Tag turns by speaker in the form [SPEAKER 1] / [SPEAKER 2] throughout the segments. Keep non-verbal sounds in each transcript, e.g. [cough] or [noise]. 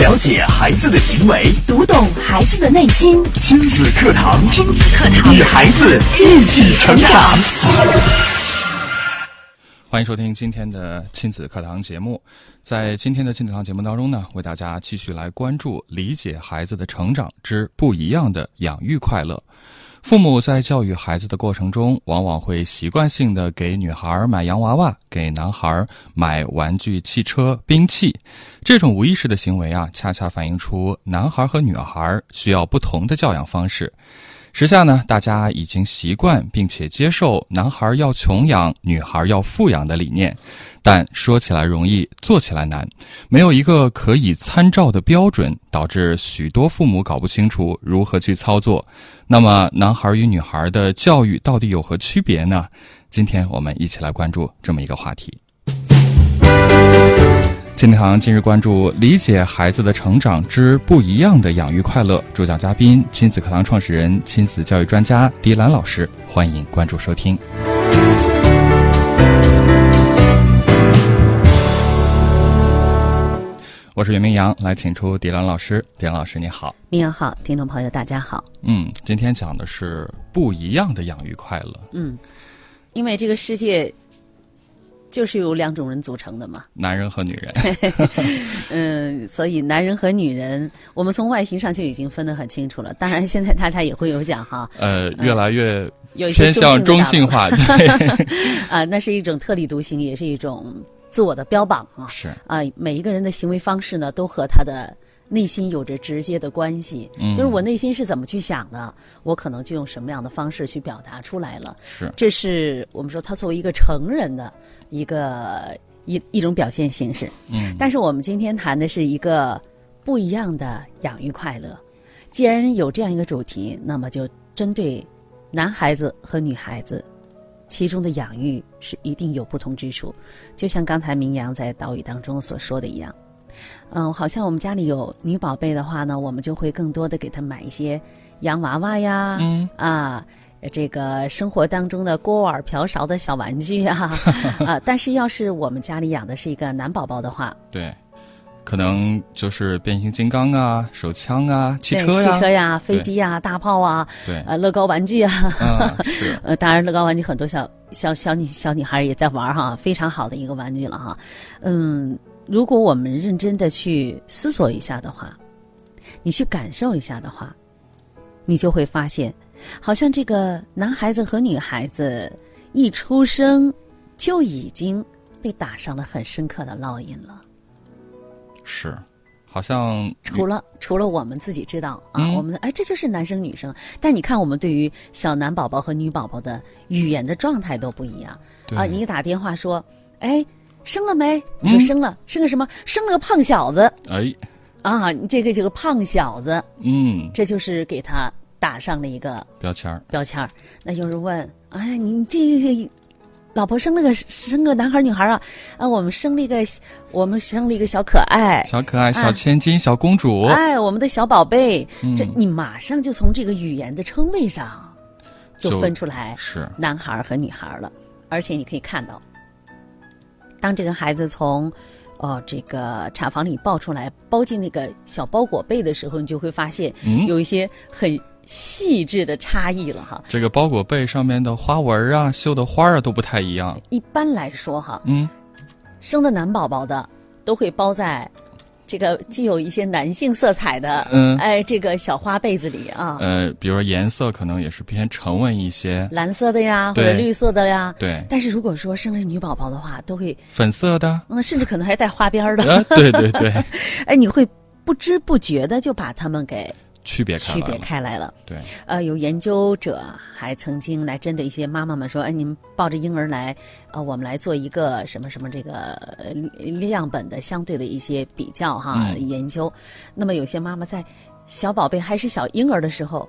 [SPEAKER 1] 了解孩子的行为，
[SPEAKER 2] 读懂孩子的内心。
[SPEAKER 1] 亲子课堂，
[SPEAKER 2] 亲子课堂，
[SPEAKER 1] 与孩子一起成长。
[SPEAKER 3] 欢迎收听今天的亲子课堂节目。在今天的亲子课堂节目当中呢，为大家继续来关注理解孩子的成长之不一样的养育快乐。父母在教育孩子的过程中，往往会习惯性的给女孩买洋娃娃，给男孩买玩具、汽车、兵器。这种无意识的行为啊，恰恰反映出男孩和女孩需要不同的教养方式。时下呢，大家已经习惯并且接受“男孩要穷养，女孩要富养”的理念，但说起来容易，做起来难，没有一个可以参照的标准，导致许多父母搞不清楚如何去操作。那么，男孩与女孩的教育到底有何区别呢？今天我们一起来关注这么一个话题。金堂今日关注理解孩子的成长之不一样的养育快乐，主讲嘉宾亲子课堂创始人、亲子教育专家迪兰老师，欢迎关注收听。我是袁明阳，来请出迪兰老师。迪兰老师，你好。
[SPEAKER 4] 明阳好，听众朋友大家好。
[SPEAKER 3] 嗯，今天讲的是不一样的养育快乐。
[SPEAKER 4] 嗯，因为这个世界就是由两种人组成的嘛。
[SPEAKER 3] 男人和女人，
[SPEAKER 4] 嗯，所以男人和女人，我们从外形上就已经分得很清楚了。当然，现在大家也会有讲哈，
[SPEAKER 3] 呃，越来越
[SPEAKER 4] 有一些
[SPEAKER 3] 偏向中性
[SPEAKER 4] 性的 [laughs]
[SPEAKER 3] 化。对，
[SPEAKER 4] 打扮啊、那是一种特立独行，也是一种自我的标榜啊。
[SPEAKER 3] [laughs] 是，
[SPEAKER 4] 啊、每一个人的行为方式呢，都和他的内心有着直接的关系。
[SPEAKER 3] 嗯
[SPEAKER 4] 就是我内心是怎么去想的，我可能就用什么样的方式去表达出来了。
[SPEAKER 3] 是，
[SPEAKER 4] 这是我们说他作为一个成人的一个一一种表现形式。
[SPEAKER 3] 嗯，
[SPEAKER 4] 但是我们今天谈的是一个不一样的养育快乐。既然有这样一个主题，那么就针对男孩子和女孩子，其中的养育是一定有不同之处。就像刚才明阳在导语当中所说的一样，嗯，好像我们家里有女宝贝的话呢，我们就会更多的给她买一些洋娃娃呀，
[SPEAKER 3] 嗯
[SPEAKER 4] 啊。这个生活当中的锅碗瓢勺的小玩
[SPEAKER 3] [laughs]
[SPEAKER 4] 具啊，啊，但是要是我们家里养的是一个男宝宝的话，
[SPEAKER 3] 对，可能就是变形金刚啊、手枪啊、汽车
[SPEAKER 4] 对
[SPEAKER 3] 呀、
[SPEAKER 4] 汽车呀、飞机呀、大炮啊、
[SPEAKER 3] 对，
[SPEAKER 4] 呃乐高玩具啊，
[SPEAKER 3] 啊，
[SPEAKER 4] [laughs]
[SPEAKER 3] 是，
[SPEAKER 4] 呃，当然乐高玩具很多小小小女小女孩也在玩哈，非常好的一个玩具了哈。嗯，如果我们认真的去思索一下的话，你去感受一下的话，你就会发现，好像这个男孩子和女孩子一出生就已经被打上了很深刻的烙印了。
[SPEAKER 3] 是，好像
[SPEAKER 4] 除了除了我们自己知道啊，
[SPEAKER 3] 嗯
[SPEAKER 4] 我们哎，这就是男生女生。但你看，我们对于小男宝宝和女宝宝的语言的状态都不一样
[SPEAKER 3] 对
[SPEAKER 4] 啊。你打电话说，哎，生了没？
[SPEAKER 3] 嗯
[SPEAKER 4] 就生了，生个什么？生了个胖小子
[SPEAKER 3] 哎，
[SPEAKER 4] 啊！你这个这个胖小子，
[SPEAKER 3] 嗯，
[SPEAKER 4] 这就是给他打上了一个
[SPEAKER 3] 标签儿，
[SPEAKER 4] 标签儿。那有人问，哎，你这这老婆生了个生个男孩儿女孩儿啊？啊，我们生了一个我们生了一个小可爱，
[SPEAKER 3] 小可爱、小
[SPEAKER 4] 啊
[SPEAKER 3] 千金、小公主，
[SPEAKER 4] 哎，我们的小宝贝，
[SPEAKER 3] 嗯
[SPEAKER 4] 这你马上就从这个语言的称谓上
[SPEAKER 3] 就
[SPEAKER 4] 就分出来
[SPEAKER 3] 是，
[SPEAKER 4] 男孩儿和女孩儿了，而且你可以看到，当这个孩子从哦这个产房里抱出来，包进那个小包裹被的时候，你就会发现
[SPEAKER 3] 嗯，
[SPEAKER 4] 有一些很细致的差异了哈。
[SPEAKER 3] 这个包裹被上面的花纹儿啊、绣的花儿啊都不太一样，
[SPEAKER 4] 一般来说哈，
[SPEAKER 3] 嗯，
[SPEAKER 4] 生的男宝宝的都会包在。这个具有一些男性色彩的，
[SPEAKER 3] 嗯
[SPEAKER 4] 哎，这个小花被子里啊，
[SPEAKER 3] 呃，比如说颜色可能也是偏沉稳一些，
[SPEAKER 4] 蓝色的呀，或
[SPEAKER 3] 对
[SPEAKER 4] 者绿色的呀。
[SPEAKER 3] 对，
[SPEAKER 4] 但是如果说生了女宝宝的话，都会，
[SPEAKER 3] 粉色的，啊，
[SPEAKER 4] 嗯，甚至可能还带花边儿的。
[SPEAKER 3] 对对对，
[SPEAKER 4] 哎，你会不知不觉的就把它们给
[SPEAKER 3] 区别开
[SPEAKER 4] 区
[SPEAKER 3] 来
[SPEAKER 4] 别
[SPEAKER 3] 了，
[SPEAKER 4] 开来了。
[SPEAKER 3] 对，
[SPEAKER 4] 呃，有研究者还曾经来针对一些妈妈们说：“哎，你们抱着婴儿来，呃，我们来做一个什么什么这个呃样本的相对的一些比较哈、
[SPEAKER 3] 嗯
[SPEAKER 4] 研究。”那么有些妈妈在小宝贝还是小婴儿的时候，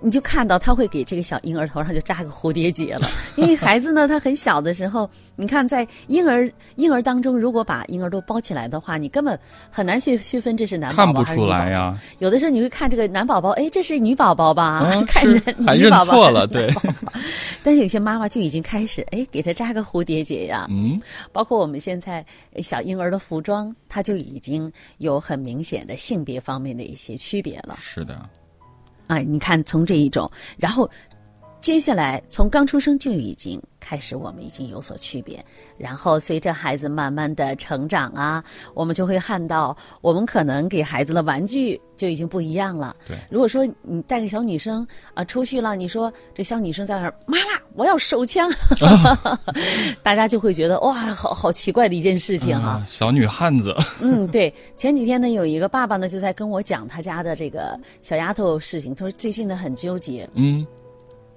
[SPEAKER 4] 你就看到他会给这个小婴儿头上就扎个蝴蝶结了， [laughs] 因为孩子呢，他很小的时候，你看在婴儿婴儿当中，如果把婴儿都包起来的话，你根本很难去区分这是男
[SPEAKER 3] 看
[SPEAKER 4] 宝宝
[SPEAKER 3] 不
[SPEAKER 4] 还是女
[SPEAKER 3] 出
[SPEAKER 4] 宝宝
[SPEAKER 3] 来。呀、
[SPEAKER 4] 有的时候你会看这个男宝宝，哎，这是女宝宝吧？
[SPEAKER 3] 啊
[SPEAKER 4] [laughs] 看
[SPEAKER 3] 是
[SPEAKER 4] 男
[SPEAKER 3] 还
[SPEAKER 4] 女
[SPEAKER 3] 认
[SPEAKER 4] 宝宝
[SPEAKER 3] 错
[SPEAKER 4] 还是
[SPEAKER 3] 了
[SPEAKER 4] [laughs] 男
[SPEAKER 3] 对
[SPEAKER 4] 宝宝但是有些妈妈就已经开始，哎，给他扎个蝴蝶结呀、
[SPEAKER 3] 嗯，
[SPEAKER 4] 包括我们现在呃小婴儿的服装，它就已经有很明显的性别方面的一些区别了。
[SPEAKER 3] 是的，
[SPEAKER 4] 哎，你看从这一种，然后接下来从刚出生就已经开始，我们已经有所区别。然后随着孩子慢慢的成长啊，我们就会看到，我们可能给孩子的玩具就已经不一样了。
[SPEAKER 3] 对
[SPEAKER 4] 如果说你带个小女生啊出去了，你说这小女生在那儿，妈妈我要手枪， [laughs] 大家就会觉得哇，好好奇怪的一件事情啊。
[SPEAKER 3] 啊小女汉子， [laughs]
[SPEAKER 4] 嗯，对，前几天呢，有一个爸爸呢就在跟我讲他家的这个小丫头事情，他说最近呢很纠结，
[SPEAKER 3] 嗯，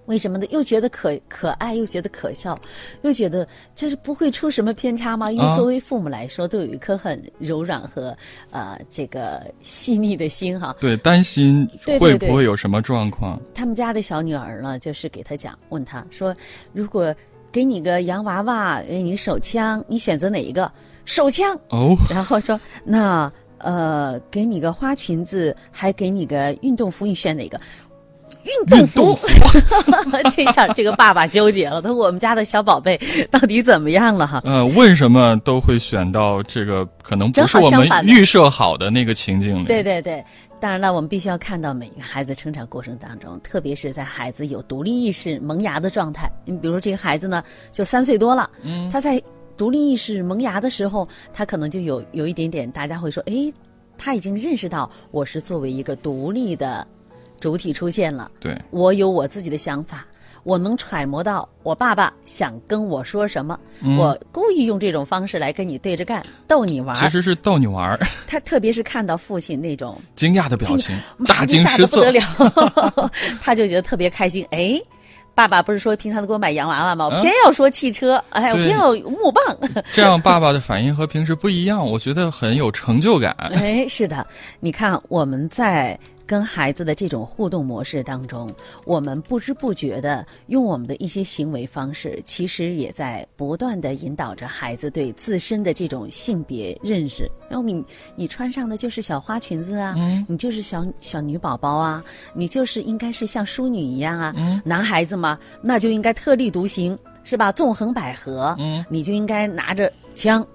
[SPEAKER 4] 为什么呢？又觉得可可爱，又觉得可笑，又觉得这是不会出什么偏差吗？因为
[SPEAKER 3] 啊
[SPEAKER 4] 作为父母来说，都有一颗很柔软和呃这个细腻的心哈。
[SPEAKER 3] 对，担心
[SPEAKER 4] 对对
[SPEAKER 3] 会
[SPEAKER 4] 对
[SPEAKER 3] 不会有什么状况？
[SPEAKER 4] 他们家的小女儿呢，就是给他讲，问他说，如果给你个洋娃娃，给你个手枪，你选择哪一个？手枪。
[SPEAKER 3] 哦，
[SPEAKER 4] 然后说那呃，给你个花裙子，还给你个运动服，你选哪个？运动服，
[SPEAKER 3] 动
[SPEAKER 4] [laughs] 这下这个爸爸纠结了，他说我们家的小宝贝到底怎么样了哈？
[SPEAKER 3] 呃，为什么都会选到这个可能不
[SPEAKER 4] 正
[SPEAKER 3] 是
[SPEAKER 4] 好
[SPEAKER 3] 我们
[SPEAKER 4] 相反的
[SPEAKER 3] 预设好的那个情境里？
[SPEAKER 4] 对对对，当然了，我们必须要看到每个孩子成长过程当中，特别是在孩子有独立意识萌芽的状态。你比如说这个孩子呢，就三岁多了，嗯，他在独立意识萌芽的时候，他可能就有有一点点，大家会说，诶，他已经认识到我是作为一个独立的主体出现了，
[SPEAKER 3] 对
[SPEAKER 4] 我有我自己的想法。我能揣摩到我爸爸想跟我说什么，
[SPEAKER 3] 嗯
[SPEAKER 4] 我故意用这种方式来跟你对着干，逗你玩
[SPEAKER 3] 其
[SPEAKER 4] 儿。
[SPEAKER 3] 实是逗你玩儿， [laughs]
[SPEAKER 4] 他特别是看到父亲那种
[SPEAKER 3] 惊讶的表 [laughs]
[SPEAKER 4] 惊
[SPEAKER 3] 情，
[SPEAKER 4] 妈
[SPEAKER 3] 大
[SPEAKER 4] 一
[SPEAKER 3] 惊
[SPEAKER 4] 下
[SPEAKER 3] 失
[SPEAKER 4] 子不
[SPEAKER 3] 色
[SPEAKER 4] 得。了， [laughs] 他就觉得特别开心。哎，爸爸不是说平常都给我买洋娃娃吗？我
[SPEAKER 3] 嗯
[SPEAKER 4] 偏要说汽车，哎，我
[SPEAKER 3] 对
[SPEAKER 4] 偏要木棒。
[SPEAKER 3] [laughs] 这样爸爸的反应和平时不一样，我觉得很有成就
[SPEAKER 4] [laughs]
[SPEAKER 3] 感。
[SPEAKER 4] 哎，是的，你看我们在。跟孩子的这种互动模式当中，我们不知不觉的用我们的一些行为方式，其实也在不断的引导着孩子对自身的这种性别认识。然后你你穿上的就是小花裙子啊，你就是小小女宝宝啊，你就是应该是像淑女一样啊。男孩子嘛，那就应该特立独行，是吧？纵横捭阖，
[SPEAKER 3] 嗯
[SPEAKER 4] 你就应该拿着枪，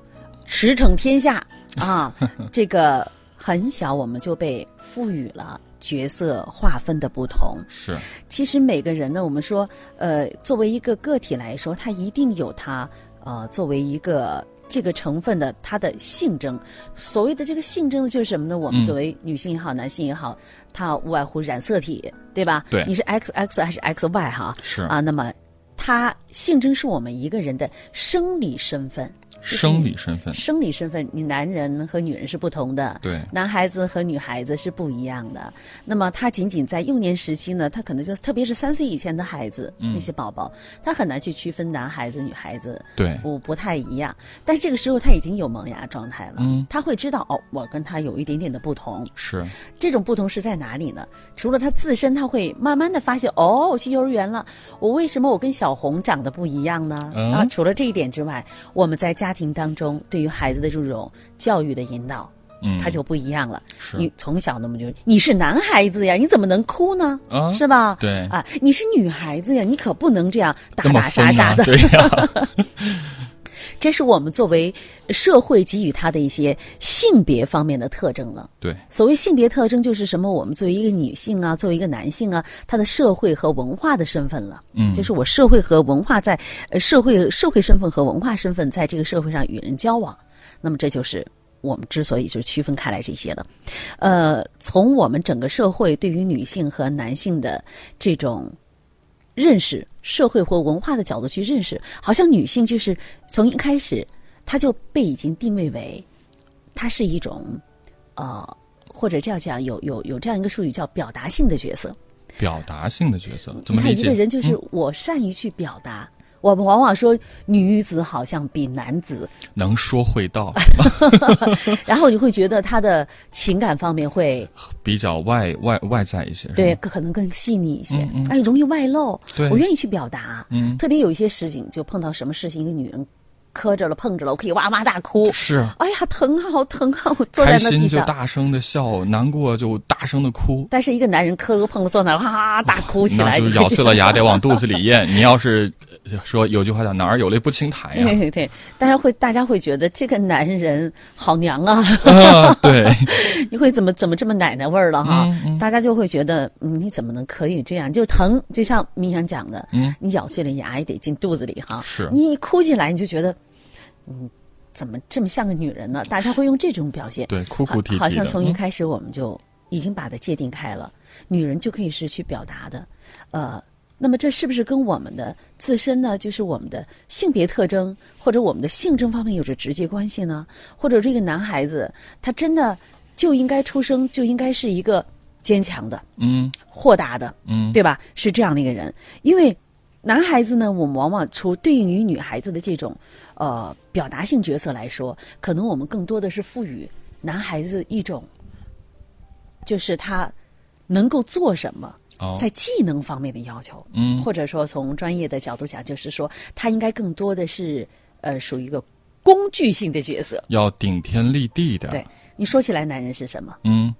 [SPEAKER 4] 驰骋天下啊！这个很小我们就被赋予了角色划分的不同。
[SPEAKER 3] 是，
[SPEAKER 4] 其实每个人呢，我们说，呃，作为一个个体来说，他一定有他呃，作为一个这个成分的它的性征。所谓的这个性征就是什么呢？我们
[SPEAKER 3] 嗯
[SPEAKER 4] 作为女性也好，男性也好，它无外乎染色体，对吧？
[SPEAKER 3] 对
[SPEAKER 4] 你是 XX 还是 XY 哈？
[SPEAKER 3] 是
[SPEAKER 4] 啊，那么它性征是我们一个人的生理身份。
[SPEAKER 3] 生理身份，
[SPEAKER 4] 生理身份，你男人和女人是不同的，
[SPEAKER 3] 对
[SPEAKER 4] 男孩子和女孩子是不一样的。那么他仅仅在幼年时期呢，他可能就特别是三岁以前的孩子，
[SPEAKER 3] 嗯
[SPEAKER 4] 那些宝宝，他很难去区分男孩子、女孩子，
[SPEAKER 3] 对
[SPEAKER 4] 不不太一样。但是这个时候他已经有萌芽状态了，
[SPEAKER 3] 嗯
[SPEAKER 4] 他会知道哦，我跟他有一点点的不同。
[SPEAKER 3] 是，
[SPEAKER 4] 这种不同是在哪里呢？除了他自身，他会慢慢的发现，哦，我去幼儿园了，我为什么我跟小红长得不一样呢？
[SPEAKER 3] 嗯
[SPEAKER 4] 啊，除了这一点之外，我们在家庭当中对于孩子的这种教育的引导，
[SPEAKER 3] 嗯，
[SPEAKER 4] 他就不一样了。
[SPEAKER 3] 是
[SPEAKER 4] 你从小那么就你是男孩子呀，你怎么能哭呢？
[SPEAKER 3] 啊
[SPEAKER 4] 是吧？
[SPEAKER 3] 对
[SPEAKER 4] 啊，你是女孩子呀，你可不能这样打
[SPEAKER 3] 那么
[SPEAKER 4] 打
[SPEAKER 3] 疯
[SPEAKER 4] 杀杀
[SPEAKER 3] 啊
[SPEAKER 4] 的。
[SPEAKER 3] 对呀、 [laughs]
[SPEAKER 4] 这是我们作为社会给予他的一些性别方面的特征了。
[SPEAKER 3] 对，
[SPEAKER 4] 所谓性别特征就是什么？我们作为一个女性啊，作为一个男性啊，他的社会和文化的身份了，
[SPEAKER 3] 嗯
[SPEAKER 4] 就是我社会和文化在呃社会社会身份和文化身份在这个社会上与人交往，那么这就是我们之所以就是区分开来这些的，呃，从我们整个社会对于女性和男性的这种认识社会或文化的角度去认识，好像女性就是从一开始她就被已经定位为，她是一种，呃，或者这样讲，有有有这样一个术语叫表达性的角色。
[SPEAKER 3] 表达性的角色怎
[SPEAKER 4] 你
[SPEAKER 3] 么
[SPEAKER 4] 看
[SPEAKER 3] 理
[SPEAKER 4] 一
[SPEAKER 3] 解？嗯
[SPEAKER 4] 个人就是我善于去表达，我们往往说女子好像比
[SPEAKER 3] [laughs]
[SPEAKER 4] 男子，
[SPEAKER 3] 能说会
[SPEAKER 4] [laughs]
[SPEAKER 3] 道，
[SPEAKER 4] 然后你会觉得她的情感方面会
[SPEAKER 3] 比较外外外在一些。是
[SPEAKER 4] 对
[SPEAKER 3] 吧，
[SPEAKER 4] 可能更细腻一些，
[SPEAKER 3] 嗯嗯
[SPEAKER 4] 哎，容易外露。
[SPEAKER 3] 对
[SPEAKER 4] 我愿意去表达。
[SPEAKER 3] 嗯
[SPEAKER 4] 特别有一些事情，就碰到什么事情，一个女人磕着了、碰着了，我可以哇哇大哭。
[SPEAKER 3] 是
[SPEAKER 4] 哎呀，疼啊，好疼啊！我坐
[SPEAKER 3] 开
[SPEAKER 4] 在那
[SPEAKER 3] 心
[SPEAKER 4] 地
[SPEAKER 3] 就
[SPEAKER 4] 上。
[SPEAKER 3] 大声的笑，难过就大声的哭。
[SPEAKER 4] 但是一个男人磕了个碰了，坐那儿哈哈哈大哭起
[SPEAKER 3] 那
[SPEAKER 4] 来，
[SPEAKER 3] 就咬碎了牙得往肚子里咽。 [laughs] 你要是呃说有句话叫“哪儿有泪不轻弹”
[SPEAKER 4] [laughs]
[SPEAKER 3] 呀，
[SPEAKER 4] 对对，当然会，大家会觉得这个男人好娘啊， [laughs]
[SPEAKER 3] 啊，对，
[SPEAKER 4] 你会怎么怎么这么奶奶味儿了哈？
[SPEAKER 3] 嗯嗯
[SPEAKER 4] 大家就会觉得、嗯、你怎么能可以这样？就疼，就像明阳讲的，
[SPEAKER 3] 嗯
[SPEAKER 4] 你咬碎了牙也得进肚子里哈。
[SPEAKER 3] 是
[SPEAKER 4] [laughs] 你一哭起来，你就觉得，嗯，怎么这么像个女人呢？大家会用这种表现，
[SPEAKER 3] 对，哭哭啼啼的，
[SPEAKER 4] 好好像从一
[SPEAKER 3] 嗯
[SPEAKER 4] 开始我们就已经把它界定开了，女人就可以是去表达的，呃，那么这是不是跟我们的自身呢，就是我们的性别特征或者我们的性征方面有着直接关系呢？或者这个男孩子他真的就应该出生就应该是一个坚强的、
[SPEAKER 3] 嗯
[SPEAKER 4] 豁达的，
[SPEAKER 3] 嗯，
[SPEAKER 4] 对吧？是这样的一个人，因为男孩子呢，我们往往除对应于女孩子的这种呃表达性角色来说，可能我们更多的是赋予男孩子一种，就是他能够做什么，
[SPEAKER 3] 哦，
[SPEAKER 4] 在技能方面的要求，
[SPEAKER 3] 嗯
[SPEAKER 4] 或者说从专业的角度讲，就是说他应该更多的是呃属于一个工具性的角色。
[SPEAKER 3] 要顶天立地的，
[SPEAKER 4] 对，你说起来，男人是什么？
[SPEAKER 3] 嗯，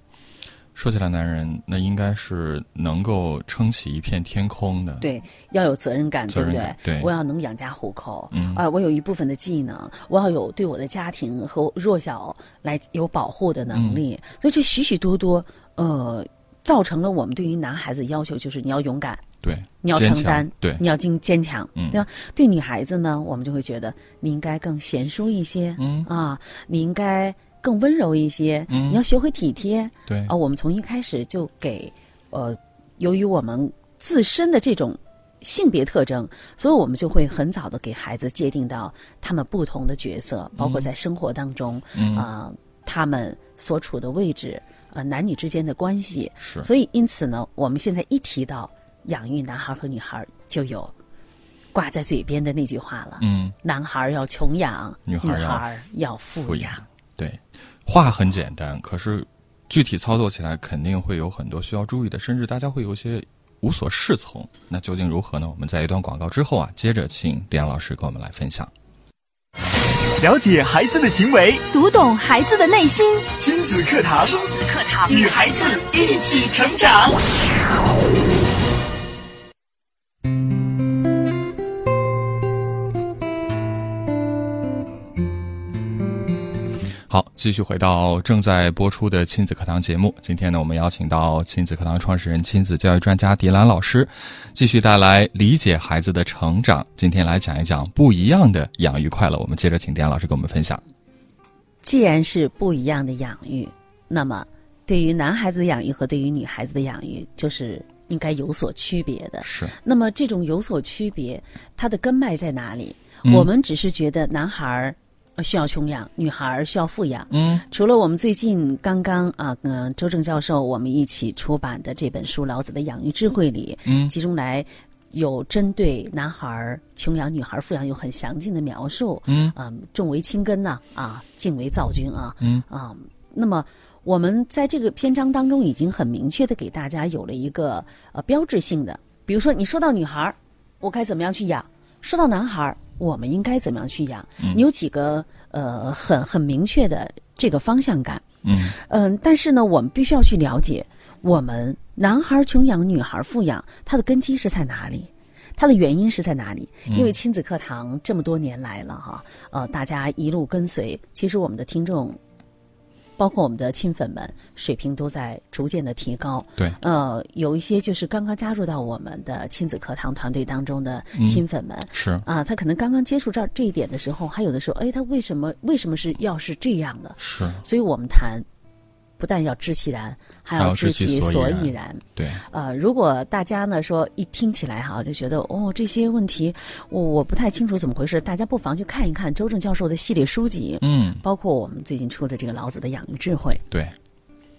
[SPEAKER 3] 说起来，男人那应该是能够撑起一片天空的。，
[SPEAKER 4] 对，要有责任感，
[SPEAKER 3] 责任
[SPEAKER 4] 对不
[SPEAKER 3] 感
[SPEAKER 4] 对？
[SPEAKER 3] 对
[SPEAKER 4] 我要能养家糊口，
[SPEAKER 3] 嗯
[SPEAKER 4] 啊，我有一部分的技能，我要有对我的家庭和弱小来有保护的能力，
[SPEAKER 3] 嗯
[SPEAKER 4] 所以这许许多多，呃，造成了我们对于男孩子要求就是你要勇敢，
[SPEAKER 3] 对，
[SPEAKER 4] 你要
[SPEAKER 3] 坚
[SPEAKER 4] 承担
[SPEAKER 3] 强，对，
[SPEAKER 4] 你要坚坚强，
[SPEAKER 3] 嗯
[SPEAKER 4] 对吧？对女孩子呢，我们就会觉得你应该更贤淑一些，
[SPEAKER 3] 嗯
[SPEAKER 4] 啊，你应该更温柔一些，
[SPEAKER 3] 嗯
[SPEAKER 4] 你要学会体贴，
[SPEAKER 3] 对
[SPEAKER 4] 啊、，我们从一开始就给，呃，由于我们自身的这种性别特征，所以我们就会很早的给孩子界定到他们不同的角色，包括在生活当中，
[SPEAKER 3] 嗯
[SPEAKER 4] 啊，他们所处的位置，呃，男女之间的关系。
[SPEAKER 3] 是
[SPEAKER 4] 所以，因此呢，我们现在一提到养育男孩和女孩，就有挂在嘴边的那句话了：
[SPEAKER 3] 嗯，
[SPEAKER 4] 男孩要穷养，
[SPEAKER 3] 女
[SPEAKER 4] 女
[SPEAKER 3] 孩要
[SPEAKER 4] 孩要富
[SPEAKER 3] 不一样。对，话很简单，可是具体操作起来肯定会有很多需要注意的，甚至大家会有一些无所适从。那究竟如何呢？我们在一段广告之后啊，接着请李阳老师跟我们来分享。
[SPEAKER 1] 了解孩子的行为，
[SPEAKER 2] 读懂孩子的内心。
[SPEAKER 1] 亲子课堂，
[SPEAKER 2] 课堂
[SPEAKER 1] 与孩子一起成长。
[SPEAKER 3] 好，继续回到正在播出的亲子课堂节目。今天呢，我们邀请到亲子课堂创始人、亲子教育专家迪兰老师，继续带来理解孩子的成长。今天来讲一讲不一样的养育快乐。我们接着请迪兰老师给我们分享。
[SPEAKER 4] 既然是不一样的养育，那么对于男孩子的养育和对于女孩子的养育，就是应该有所区别的。
[SPEAKER 3] 是，
[SPEAKER 4] 那么这种有所区别，它的根脉在哪里？
[SPEAKER 3] 嗯
[SPEAKER 4] 我们只是觉得男孩儿呃需要穷养，女孩儿需要富养。
[SPEAKER 3] 嗯
[SPEAKER 4] 除了我们最近刚刚啊，嗯、周正教授我们一起出版的这本书《老子的养育智慧》里，
[SPEAKER 3] 嗯
[SPEAKER 4] 其中来有针对男孩儿穷养、女孩儿富养有很详尽的描述。
[SPEAKER 3] 嗯
[SPEAKER 4] 嗯，重为轻根呐、啊，静为躁君啊，
[SPEAKER 3] 嗯
[SPEAKER 4] 啊、那么我们在这个篇章当中已经很明确的给大家有了一个呃标志性的，比如说你说到女孩儿，我该怎么样去养；说到男孩儿，我们应该怎么样去养。你有几个呃很很明确的这个方向感。
[SPEAKER 3] 嗯
[SPEAKER 4] 嗯，但是呢，我们必须要去了解，我们男孩儿穷养，女孩儿富养，它的根基是在哪里？它的原因是在哪里？因为亲子课堂这么多年来了哈、呃，大家一路跟随，其实我们的听众，包括我们的亲粉们，水平都在逐渐的提高。
[SPEAKER 3] 对，
[SPEAKER 4] 呃，有一些就是刚刚加入到我们的亲子课堂团队当中的
[SPEAKER 3] 嗯
[SPEAKER 4] 亲粉们，
[SPEAKER 3] 是
[SPEAKER 4] 啊，他可能刚刚接触到这一点的时候，还有的时候，哎，他为什么为什么是要是这样的？
[SPEAKER 3] 是，
[SPEAKER 4] 所以我们谈，不但要知其然，还
[SPEAKER 3] 还
[SPEAKER 4] 要
[SPEAKER 3] 要
[SPEAKER 4] 知
[SPEAKER 3] 知其
[SPEAKER 4] 所
[SPEAKER 3] 所以
[SPEAKER 4] 以
[SPEAKER 3] 然
[SPEAKER 4] 然。
[SPEAKER 3] 对，
[SPEAKER 4] 呃，如果大家呢说一听起来哈，就觉得哦这些问题我我不太清楚怎么回事，大家不妨去看一看周正教授的系列书籍，
[SPEAKER 3] 嗯
[SPEAKER 4] 包括我们最近出的这个《老子的养育智慧》。
[SPEAKER 3] 对，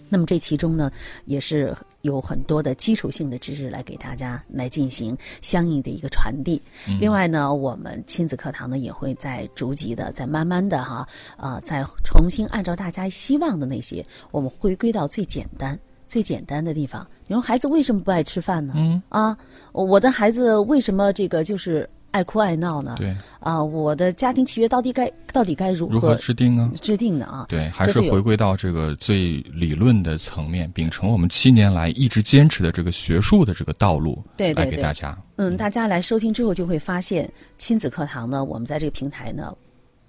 [SPEAKER 4] 那么这其中呢，也是有很多的基础性的知识来给大家来进行相应的一个传递。
[SPEAKER 3] 嗯
[SPEAKER 4] 另外呢，我们亲子课堂呢也会在逐级的、在慢慢的哈，呃，再重新按照大家希望的那些，我们回归到最简单、最简单的地方。你说孩子为什么不爱吃饭呢？
[SPEAKER 3] 嗯
[SPEAKER 4] 啊，我的孩子为什么这个就是爱哭爱闹呢？
[SPEAKER 3] 对，
[SPEAKER 4] 啊，我的家庭契约到底该到底该如
[SPEAKER 3] 如何制定啊？
[SPEAKER 4] 制定的啊？
[SPEAKER 3] 对，还
[SPEAKER 4] 这
[SPEAKER 3] 是
[SPEAKER 4] 就有
[SPEAKER 3] 回归到这个最理论的层面，秉承我们七年来一直坚持的这个学术的这个道路，
[SPEAKER 4] 对对
[SPEAKER 3] 来给
[SPEAKER 4] 对
[SPEAKER 3] 大家。
[SPEAKER 4] 嗯，大家来收听之后就会发现，亲子课堂呢，我们在这个平台呢，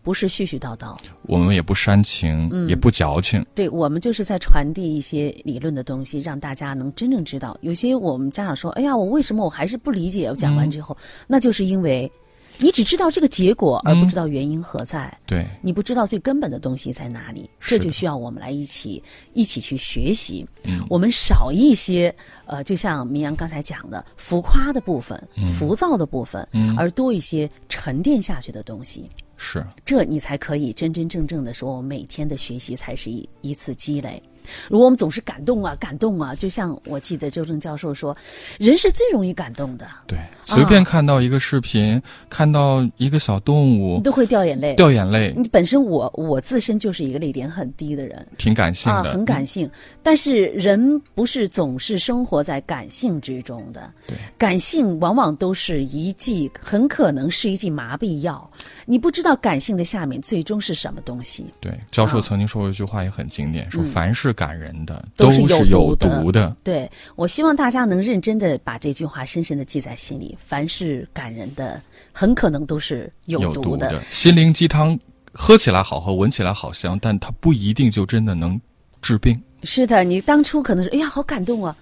[SPEAKER 4] 不是絮絮叨叨，
[SPEAKER 3] 我们也不煽情，
[SPEAKER 4] 嗯
[SPEAKER 3] 也不矫情，
[SPEAKER 4] 对我们就是在传递一些理论的东西，让大家能真正知道。有些我们家长说：“哎呀，我为什么我还是不理解？”我讲完之后，那就是因为你只知道这个结果，而不知道原因何在。
[SPEAKER 3] 对，
[SPEAKER 4] 你不知道最根本的东西在哪里，
[SPEAKER 3] 是
[SPEAKER 4] 这
[SPEAKER 3] 的
[SPEAKER 4] 就需要我们来一起一起去学习。
[SPEAKER 3] 嗯
[SPEAKER 4] 我们少一些呃，就像明阳刚才讲的浮夸的部分、
[SPEAKER 3] 嗯
[SPEAKER 4] 浮躁的部分，而多一些沉淀下去的东西。
[SPEAKER 3] 是，
[SPEAKER 4] 这你才可以真真正正的说，我每天的学习才是一一次积累。如果我们总是感动啊，感动啊，就像我记得周正教授说，人是最容易感动的，
[SPEAKER 3] 对。随便看到一个视频，看到一个小动物
[SPEAKER 4] 你，都会掉眼泪。
[SPEAKER 3] 掉眼泪，
[SPEAKER 4] 你本身我我自身就是一个泪点很低的人，
[SPEAKER 3] 挺感性
[SPEAKER 4] 啊，
[SPEAKER 3] 的，
[SPEAKER 4] 很感性。但是人不是总是生活在感性之中的，感性往往都是一剂，很可能是一剂麻痹药。你不知道感性的下面最终是什么东西。
[SPEAKER 3] 对，教授
[SPEAKER 4] 啊嗯
[SPEAKER 3] 曾经说过一句话也很经典，说凡是感人的、
[SPEAKER 4] 都
[SPEAKER 3] 是
[SPEAKER 4] 是有
[SPEAKER 3] 有
[SPEAKER 4] 毒的
[SPEAKER 3] 毒的。
[SPEAKER 4] 对我希望大家能认真的把这句话深深的记在心里。凡是感人的，很可能都是有
[SPEAKER 3] 毒
[SPEAKER 4] 毒的。
[SPEAKER 3] 心灵鸡汤，喝起来好喝，闻起来好香，但它不一定就真的能治病。
[SPEAKER 4] 是的，你当初可能是哎呀好感动啊，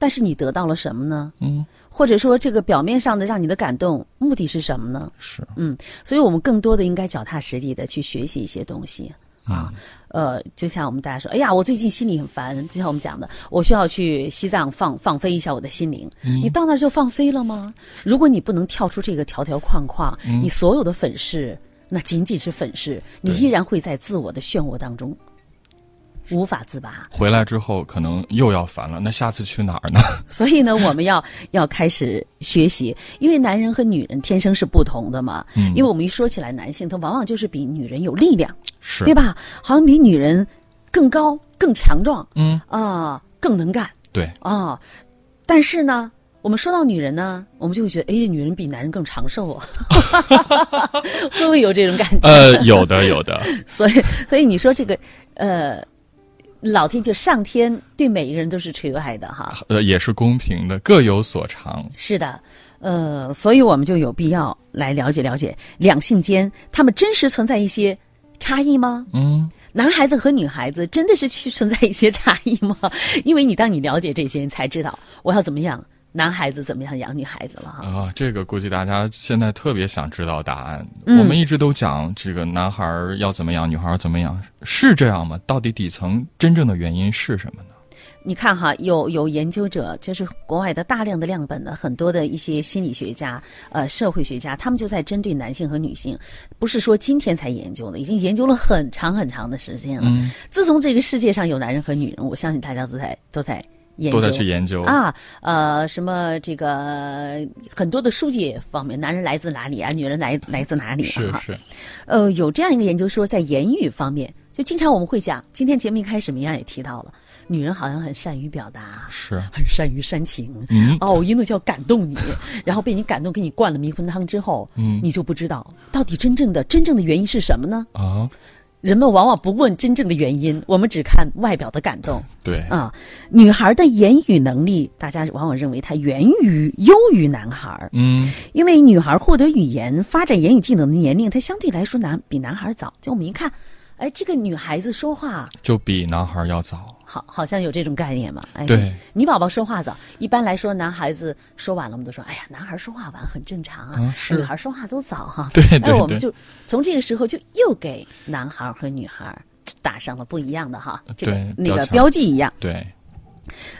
[SPEAKER 4] 但是你得到了什么呢？
[SPEAKER 3] 嗯，
[SPEAKER 4] 或者说这个表面上的让你的感动，目的是什么呢？
[SPEAKER 3] 是，
[SPEAKER 4] 所以我们更多的应该脚踏实地的去学习一些东西啊。呃，就像我们大家说，哎呀，我最近心里很烦，就像我们讲的，我需要去西藏放放飞一下我的心灵。你到那儿就放飞了吗？如果你不能跳出这个条条框框，你所有的粉饰，那仅仅是粉饰，你
[SPEAKER 3] 对
[SPEAKER 4] 依然会在自我的漩涡当中无法自拔。
[SPEAKER 3] 回来之后可能又要烦了，那下次去哪
[SPEAKER 4] [laughs]
[SPEAKER 3] 儿呢？
[SPEAKER 4] 所以呢，我们要 [laughs] 要开始学习，因为男人和女人天生是不同的嘛。因为我们一说起来，男性他往往就是比女人有力量。
[SPEAKER 3] 是
[SPEAKER 4] 对吧？好像比女人更高、更强壮，
[SPEAKER 3] 嗯
[SPEAKER 4] 啊、更能干 [laughs]
[SPEAKER 3] 对，
[SPEAKER 4] 啊、但是呢，我们说到女人呢，我们就会觉得，哎，女人比男人更长寿啊， [laughs] 会不会有这种感觉？
[SPEAKER 3] 呃，有的，有的，
[SPEAKER 4] 所以，所以你说这个，呃，老天就上天对每一个人都是垂爱的哈。
[SPEAKER 3] [laughs] 呃，也是公平的，各有所长。
[SPEAKER 4] 是的，呃，所以我们就有必要来了解了解两性间他们真实存在一些差异吗？
[SPEAKER 3] 嗯，
[SPEAKER 4] 男孩子和女孩子真的是去存在一些差异吗？因为你当你了解这些，你才知道我要怎么样，男孩子怎么样养女孩子了哈。
[SPEAKER 3] 啊，这个估计大家现在特别想知道答案。
[SPEAKER 4] 嗯
[SPEAKER 3] 我们一直都讲这个男孩儿要怎么样，女孩儿怎么样，是这样吗？到底底层真正的原因是什么呢？
[SPEAKER 4] 你看哈，有有研究者，就是国外的大量的样本的很多的一些心理学家、呃社会学家，他们就在针对男性和女性，不是说今天才研究的，已经研究了很长很长的时间了。
[SPEAKER 3] 嗯，
[SPEAKER 4] 自从这个世界上有男人和女人，我相信大家都在都在研究
[SPEAKER 3] 都在去研究。
[SPEAKER 4] 啊，呃，什么这个很多的书籍方面，男人来自哪里啊，女人来来自哪里
[SPEAKER 3] 是
[SPEAKER 4] 啊？
[SPEAKER 3] 是，
[SPEAKER 4] 呃，有这样一个研究说，在言语方面，就经常我们会讲，今天节目一开始明阳也提到了，女人好像很善于表达，
[SPEAKER 3] 是，
[SPEAKER 4] 很善于煽情。
[SPEAKER 3] 嗯
[SPEAKER 4] 哦，我一怒就要感动你，然后被你感动，给你灌了迷魂汤之后，
[SPEAKER 3] 嗯
[SPEAKER 4] 你就不知道到底真正的真正的原因是什么呢？
[SPEAKER 3] 啊，
[SPEAKER 4] 人们往往不问真正的原因，我们只看外表的感动。
[SPEAKER 3] 对，
[SPEAKER 4] 啊，女孩的言语能力，大家往往认为她源于优于男孩，
[SPEAKER 3] 嗯，
[SPEAKER 4] 因为女孩获得语言、发展言语技能的年龄，她相对来说男比男孩早。就我们一看，哎，这个女孩子说话
[SPEAKER 3] 就比男孩儿要早。
[SPEAKER 4] 好，好像有这种概念嘛？哎，
[SPEAKER 3] 对，
[SPEAKER 4] 女宝宝说话早，一般来说男孩子说晚了，我们都说，哎呀，男孩说话晚很正常啊，
[SPEAKER 3] 啊是
[SPEAKER 4] 女孩说话都早哈、
[SPEAKER 3] 对对
[SPEAKER 4] 哎，我们
[SPEAKER 3] 对
[SPEAKER 4] 就从这个时候就又给男孩和女孩打上了不一样的哈，这个
[SPEAKER 3] 对
[SPEAKER 4] 那
[SPEAKER 3] 标
[SPEAKER 4] 个
[SPEAKER 3] 签
[SPEAKER 4] 标记一样。
[SPEAKER 3] 对，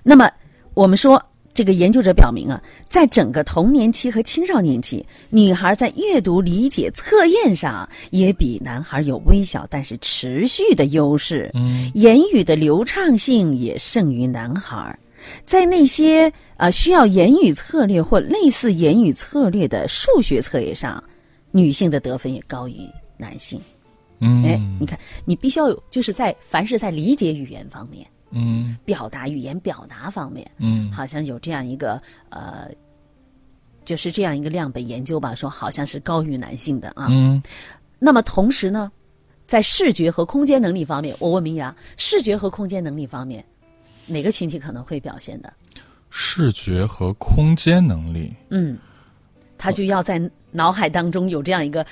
[SPEAKER 4] 那么我们说，这个研究者表明啊，在整个童年期和青少年期，女孩在阅读理解测验上也比男孩有微小但是持续的优势，
[SPEAKER 3] 嗯，
[SPEAKER 4] 言语的流畅性也胜于男孩。在那些啊、呃需要言语策略或类似言语策略的数学测验上，女性的得分也高于男性。
[SPEAKER 3] 嗯，
[SPEAKER 4] 哎，你看，你必须要有，就是在凡是在理解语言方面、
[SPEAKER 3] 嗯
[SPEAKER 4] 表达语言表达方面，
[SPEAKER 3] 嗯
[SPEAKER 4] 好像有这样一个呃，就是这样一个样本研究吧，说好像是高于男性的啊。
[SPEAKER 3] 嗯
[SPEAKER 4] 那么同时呢，在视觉和空间能力方面，我问明阳，视觉和空间能力方面，哪个群体可能会表现的？
[SPEAKER 3] 视觉和空间能力，
[SPEAKER 4] 嗯，他就要在脑海当中有这样一个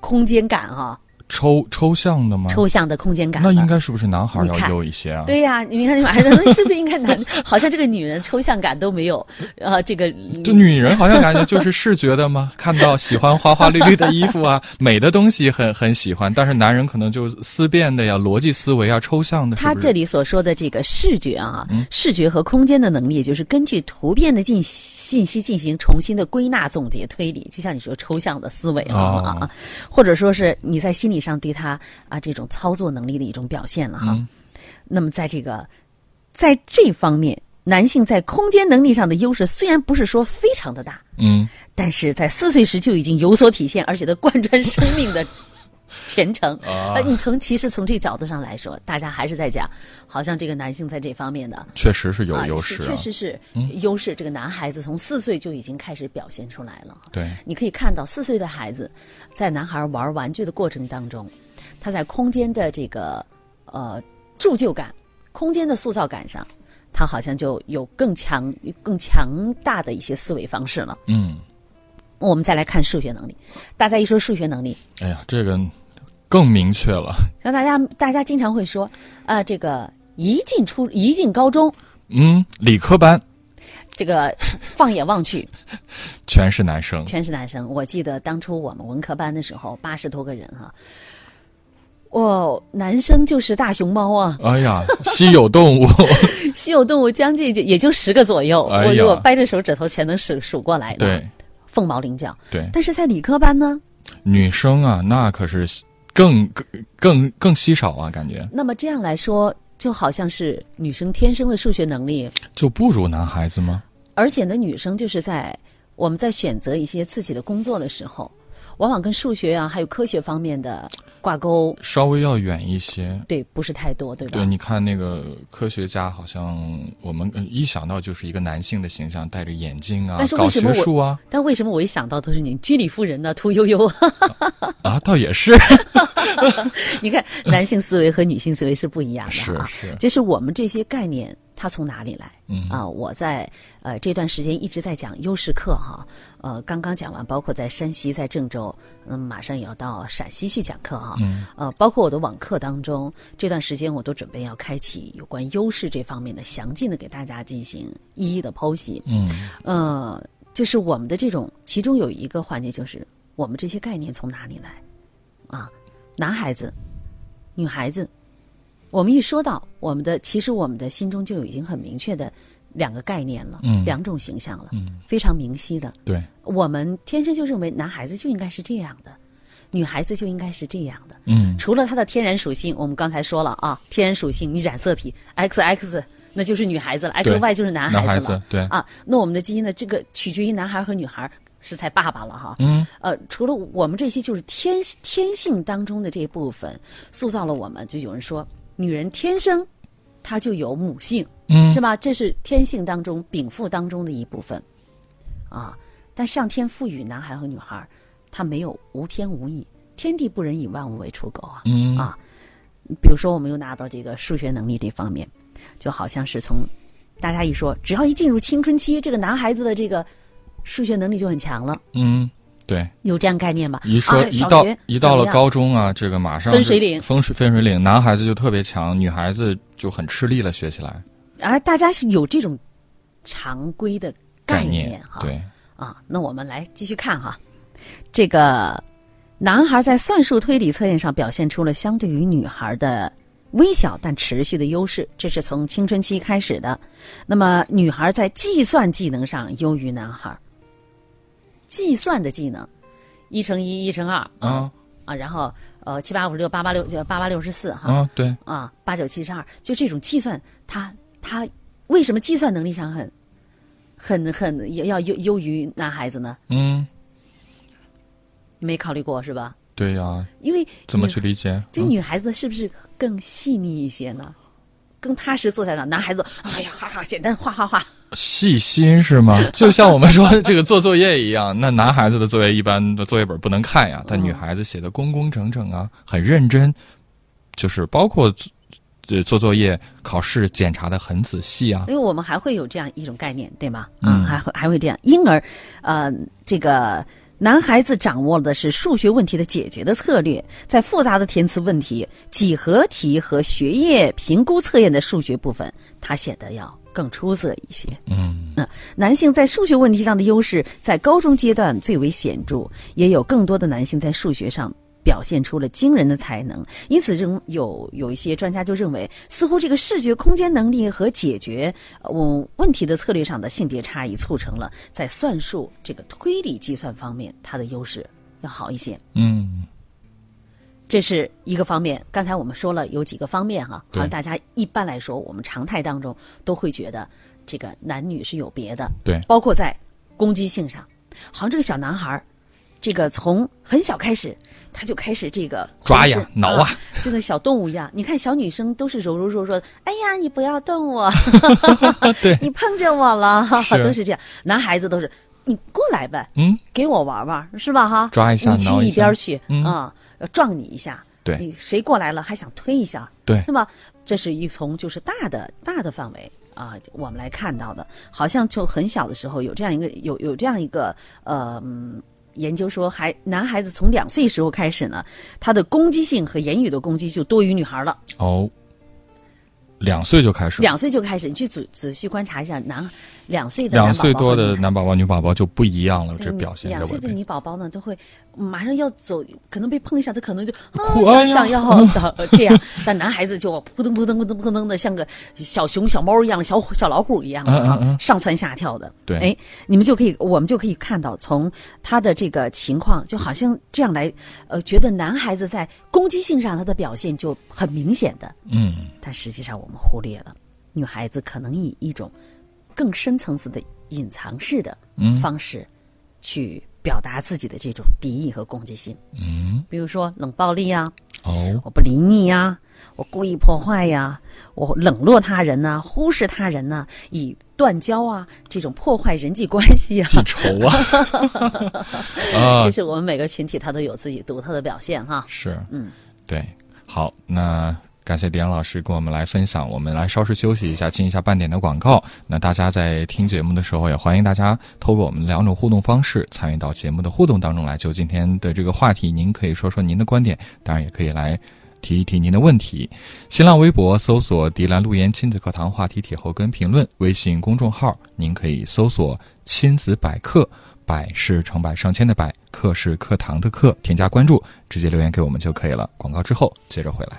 [SPEAKER 4] 空间感啊，
[SPEAKER 3] 抽抽象的吗？
[SPEAKER 4] 抽象的空间感了。
[SPEAKER 3] 啊那应该是不是男孩
[SPEAKER 4] 你
[SPEAKER 3] 要
[SPEAKER 4] 看
[SPEAKER 3] 优一些啊？
[SPEAKER 4] 对呀、你看你晚上是不是应该男？ [laughs] 好像这个女人抽象感都没有，呃，这个
[SPEAKER 3] [laughs] 这女人好像感觉就是视觉的嘛，看到喜欢花花绿绿的衣服
[SPEAKER 4] [laughs]
[SPEAKER 3] 啊，美的东西很很喜欢，但是男人可能就思辨的呀，逻辑思维啊，抽象的，是嗯
[SPEAKER 4] 他
[SPEAKER 3] 不是
[SPEAKER 4] 这里所说的这个视觉啊，视觉和空间的能力，就是根据图片的进信息进行重新的归纳、总结、推理，就像你说抽象的思维了啊，
[SPEAKER 3] 哦
[SPEAKER 4] 或者说是你在心理上对他啊这种操作能力的一种表现了哈。
[SPEAKER 3] 嗯
[SPEAKER 4] 那么在这个在这方面，男性在空间能力上的优势虽然不是说非常的大，
[SPEAKER 3] 嗯，
[SPEAKER 4] 但是在四岁时就已经有所体现，而且它贯穿生命
[SPEAKER 3] [laughs]
[SPEAKER 4] 的全程。
[SPEAKER 3] 啊
[SPEAKER 4] 呃，你从其实从这个角度上来说，大家还是在讲，好像这个男性在这方面的
[SPEAKER 3] 确实是有
[SPEAKER 4] 啊
[SPEAKER 3] 优
[SPEAKER 4] 是
[SPEAKER 3] 势啊，
[SPEAKER 4] 确实是优势。这个男孩子从四岁就已经开始表现出来了。
[SPEAKER 3] 对，
[SPEAKER 4] 你可以看到，四岁的孩子在男孩玩玩具的过程当中，他在空间的这个呃铸就感、空间的塑造感上，他好像就有更强、更强大的一些思维方式了。
[SPEAKER 3] 嗯，
[SPEAKER 4] 我们再来看数学能力，大家一说数学能力，
[SPEAKER 3] 哎呀，这个更明确了，
[SPEAKER 4] 像大家大家经常会说，啊、这个一进初一进高中，
[SPEAKER 3] 嗯，理科班
[SPEAKER 4] 这个放眼望去 [laughs]
[SPEAKER 3] 全是男生，
[SPEAKER 4] 全是男生。我记得当初我们文科班的时候，八十多个人哈、哦，男生就是大熊猫啊，
[SPEAKER 3] 哎呀，稀有动
[SPEAKER 4] [laughs]
[SPEAKER 3] 物，
[SPEAKER 4] 稀有动物将近就也就十个左右，
[SPEAKER 3] 哎呀
[SPEAKER 4] 我如果掰着手指头全能数数过来的，
[SPEAKER 3] 对
[SPEAKER 4] 凤毛麟角。
[SPEAKER 3] 对，
[SPEAKER 4] 但是在理科班呢，
[SPEAKER 3] 女生啊，那可是更更更更稀少啊，感觉
[SPEAKER 4] 那么这样来说，就好像是女生天生的数学能力
[SPEAKER 3] 就不如男孩子吗？
[SPEAKER 4] 而且呢，女生就是在我们在选择一些自己的工作的时候，往往跟数学啊还有科学方面的挂钩，
[SPEAKER 3] 稍微要远一些，
[SPEAKER 4] 对，不是太多，对吧？
[SPEAKER 3] 对，你看那个科学家，好像我们呃一想到就是一个男性的形象，戴着眼镜啊
[SPEAKER 4] 但是，为
[SPEAKER 3] 搞
[SPEAKER 4] 什么
[SPEAKER 3] 学
[SPEAKER 4] 我
[SPEAKER 3] 术啊，
[SPEAKER 4] 但为什么我一想到都是女居里夫人呢、屠呦呦啊？
[SPEAKER 3] 啊，倒也是，
[SPEAKER 4] [laughs] 你看，男性思维和女性思维是不一样的
[SPEAKER 3] 是
[SPEAKER 4] 啊。
[SPEAKER 3] 是，
[SPEAKER 4] 就是我们这些概念，它从哪里来？
[SPEAKER 3] 嗯
[SPEAKER 4] 啊，我在呃这段时间一直在讲优势课哈、呃，刚刚讲完，包括在山西、在郑州，嗯，马上也要到陕西去讲课啊，
[SPEAKER 3] 嗯，
[SPEAKER 4] 呃，包括我的网课当中，这段时间我都准备要开启有关优势这方面的详尽的给大家进行一一的剖析，
[SPEAKER 3] 嗯
[SPEAKER 4] 呃，就是我们的这种，其中有一个环节就是我们这些概念从哪里来啊？男孩子、女孩子，我们一说到我们的，其实我们的心中就已经很明确的两个概念了，
[SPEAKER 3] 嗯
[SPEAKER 4] 两种形象了，
[SPEAKER 3] 嗯，
[SPEAKER 4] 非常明晰的。
[SPEAKER 3] 对，
[SPEAKER 4] 我们天生就认为男孩子就应该是这样的，女孩子就应该是这样的。
[SPEAKER 3] 嗯
[SPEAKER 4] 除了它的天然属性，我们刚才说了啊，天然属性，你染色体 X X 那就是女孩子了，X
[SPEAKER 3] 对
[SPEAKER 4] Y 哎就是男
[SPEAKER 3] 男孩
[SPEAKER 4] 孩子
[SPEAKER 3] 子
[SPEAKER 4] 了，
[SPEAKER 3] 对
[SPEAKER 4] 啊，那我们的基因呢，这个取决于男孩和女孩是才爸爸了哈。
[SPEAKER 3] 嗯，
[SPEAKER 4] 呃，除了我们这些就是天天性当中的这一部分，塑造了我们。就有人说，女人天生她就有母性，
[SPEAKER 3] 嗯
[SPEAKER 4] 是吧？这是天性当中禀赋当中的一部分啊。但上天赋予男孩和女孩，他没有无天无义，天地不仁，以万物为刍狗啊。
[SPEAKER 3] 嗯
[SPEAKER 4] 啊比如说，我们又拿到这个数学能力这方面，就好像是从大家一说，只要一进入青春期，这个男孩子的这个数学能力就很强了，
[SPEAKER 3] 嗯，对，
[SPEAKER 4] 有这样概念吧？
[SPEAKER 3] 一说
[SPEAKER 4] 啊、
[SPEAKER 3] 一
[SPEAKER 4] 小
[SPEAKER 3] 到
[SPEAKER 4] 学
[SPEAKER 3] 一到了
[SPEAKER 4] 怎么样
[SPEAKER 3] 高中啊，这个马上
[SPEAKER 4] 分
[SPEAKER 3] 就
[SPEAKER 4] 水岭
[SPEAKER 3] 分水分水岭，男孩子就特别强，女孩子就很吃力了，学起来
[SPEAKER 4] 啊，大家是有这种常规的概
[SPEAKER 3] 念
[SPEAKER 4] 哈。
[SPEAKER 3] 对，
[SPEAKER 4] 啊，那我们来继续看哈，这个男孩在算术推理测验上表现出了相对于女孩的微小但持续的优势，这是从青春期开始的。那么，女孩在计算技能上优于男孩，计算的技能一乘一，一乘二
[SPEAKER 3] 啊
[SPEAKER 4] 啊，然后呃七八五十六，八八六八八六十四哈
[SPEAKER 3] 啊对，
[SPEAKER 4] 啊八九七十二，就这种计算，他他为什么计算能力上很、很、很要要优优于男孩子呢？
[SPEAKER 3] 嗯，
[SPEAKER 4] 你没考虑过是吧？
[SPEAKER 3] 对呀、
[SPEAKER 4] 因为
[SPEAKER 3] 怎么
[SPEAKER 4] 女
[SPEAKER 3] 去理解？嗯
[SPEAKER 4] 这女孩子是不是更细腻一些呢？更踏实坐在那，男孩子，哎呀，哈哈，简单，画画画，
[SPEAKER 3] 细心是吗？就像我们说的这个做作业一样，那男孩子的作业一般的作业本不能看呀，但女
[SPEAKER 4] 嗯
[SPEAKER 3] 孩子写的工工整整啊，很认真，就是包括做呃做作业、考试检查的很仔细啊
[SPEAKER 4] 因。为我们还会有这样一种概念，对吗？啊
[SPEAKER 3] 嗯
[SPEAKER 4] 还会还会这样。因而，呃，这个男孩子掌握的是数学问题的解决的策略，在复杂的填词问题、几何题和学业评估测验的数学部分，他显得要更出色一些。
[SPEAKER 3] 嗯，
[SPEAKER 4] 男性在数学问题上的优势在高中阶段最为显著，也有更多的男性在数学上表现出了惊人的才能。因此，仍有有一些专家就认为，似乎这个视觉空间能力和解决呃问问题的策略上的性别差异，促成了在算术这个推理计算方面他的优势要好一些。
[SPEAKER 3] 嗯，
[SPEAKER 4] 这是一个方面。刚才我们说了有几个方面哈、好
[SPEAKER 3] 对
[SPEAKER 4] 像大家一般来说，我们常态当中都会觉得这个男女是有别的，
[SPEAKER 3] 对
[SPEAKER 4] 包括在攻击性上，好像这个小男孩儿，这个从很小开始他就开始这个
[SPEAKER 3] 抓呀
[SPEAKER 4] 浑身
[SPEAKER 3] 挠啊，
[SPEAKER 4] 就跟小动物一样。你看小女生都是柔柔弱弱的，哎呀，你不要动我，
[SPEAKER 3] [laughs] 对，
[SPEAKER 4] [laughs] 你碰着我了，
[SPEAKER 3] 是
[SPEAKER 4] [laughs] 都是这样。男孩子都是你过来呗，
[SPEAKER 3] 嗯，
[SPEAKER 4] 给我玩玩是吧？哈，
[SPEAKER 3] 抓一下
[SPEAKER 4] 你去
[SPEAKER 3] 挠一下
[SPEAKER 4] 边儿去
[SPEAKER 3] 嗯
[SPEAKER 4] 啊、撞你一下。
[SPEAKER 3] 对
[SPEAKER 4] 你谁过来了还想推一下，
[SPEAKER 3] 对
[SPEAKER 4] 是，吧？这是一从就是大的大的范围啊，我们来看到的，好像就很小的时候有这样一个有有这样一个呃。嗯研究说，孩男孩子从两岁时候开始呢，他的攻击性和言语的攻击就多于女孩了。
[SPEAKER 3] 哦，两岁就开始，
[SPEAKER 4] 两岁就开始，你去仔仔细观察一下男两岁的男
[SPEAKER 3] 两
[SPEAKER 4] 宝宝
[SPEAKER 3] 岁多
[SPEAKER 4] 和女
[SPEAKER 3] 的
[SPEAKER 4] 孩
[SPEAKER 3] 男宝宝、女宝宝就不一样了，
[SPEAKER 4] 对
[SPEAKER 3] 这
[SPEAKER 4] 你
[SPEAKER 3] 表现
[SPEAKER 4] 两
[SPEAKER 3] 就
[SPEAKER 4] 岁
[SPEAKER 3] 违
[SPEAKER 4] 的
[SPEAKER 3] 背。
[SPEAKER 4] 女宝宝呢，都会马上要走，可能被碰一下，她可能就
[SPEAKER 3] 哭
[SPEAKER 4] 啊
[SPEAKER 3] 哎
[SPEAKER 4] 想
[SPEAKER 3] 呀
[SPEAKER 4] 想要、
[SPEAKER 3] [laughs]
[SPEAKER 4] 呃这样，但男孩子就扑腾扑腾扑腾扑腾的，像个小熊、小猫一样，小虎小老虎一样的啊，
[SPEAKER 3] 嗯嗯嗯
[SPEAKER 4] 上蹿下跳的。
[SPEAKER 3] 对
[SPEAKER 4] 哎，你们就可以，我们就可以看到，从他的这个情况，就好像这样来，呃，觉得男孩子在攻击性上他的表现就很明显的，
[SPEAKER 3] 嗯，
[SPEAKER 4] 但实际上我们忽略了，女孩子可能以一种更深层次的隐藏式的方式去表达自己的这种敌意和攻击性。
[SPEAKER 3] 嗯，
[SPEAKER 4] 比如说冷暴力啊，
[SPEAKER 3] 哦，
[SPEAKER 4] 我不理你呀、我故意破坏呀、我冷落他人呐、忽视他人呐、以断交啊这种破坏人际关系啊，
[SPEAKER 3] 记仇啊，啊
[SPEAKER 4] 这，是我们每个群体他都有自己独特的表现哈、
[SPEAKER 3] 是，
[SPEAKER 4] 嗯，
[SPEAKER 3] 对，好，那感谢迪安老师跟我们来分享，我们来稍事休息一下，进一下半点的广告。那大家在听节目的时候，也欢迎大家透过我们两种互动方式参与到节目的互动当中来。就今天的这个话题，您可以说说您的观点，当然也可以来。提一提您的问题，新浪微博搜索“迪兰路言亲子课堂”话题帖后跟评论，微信公众号您可以搜索“亲子百科”，百是成百上千的百，课是课堂的课，添加关注，直接留言给我们就可以了。广告之后接着回来。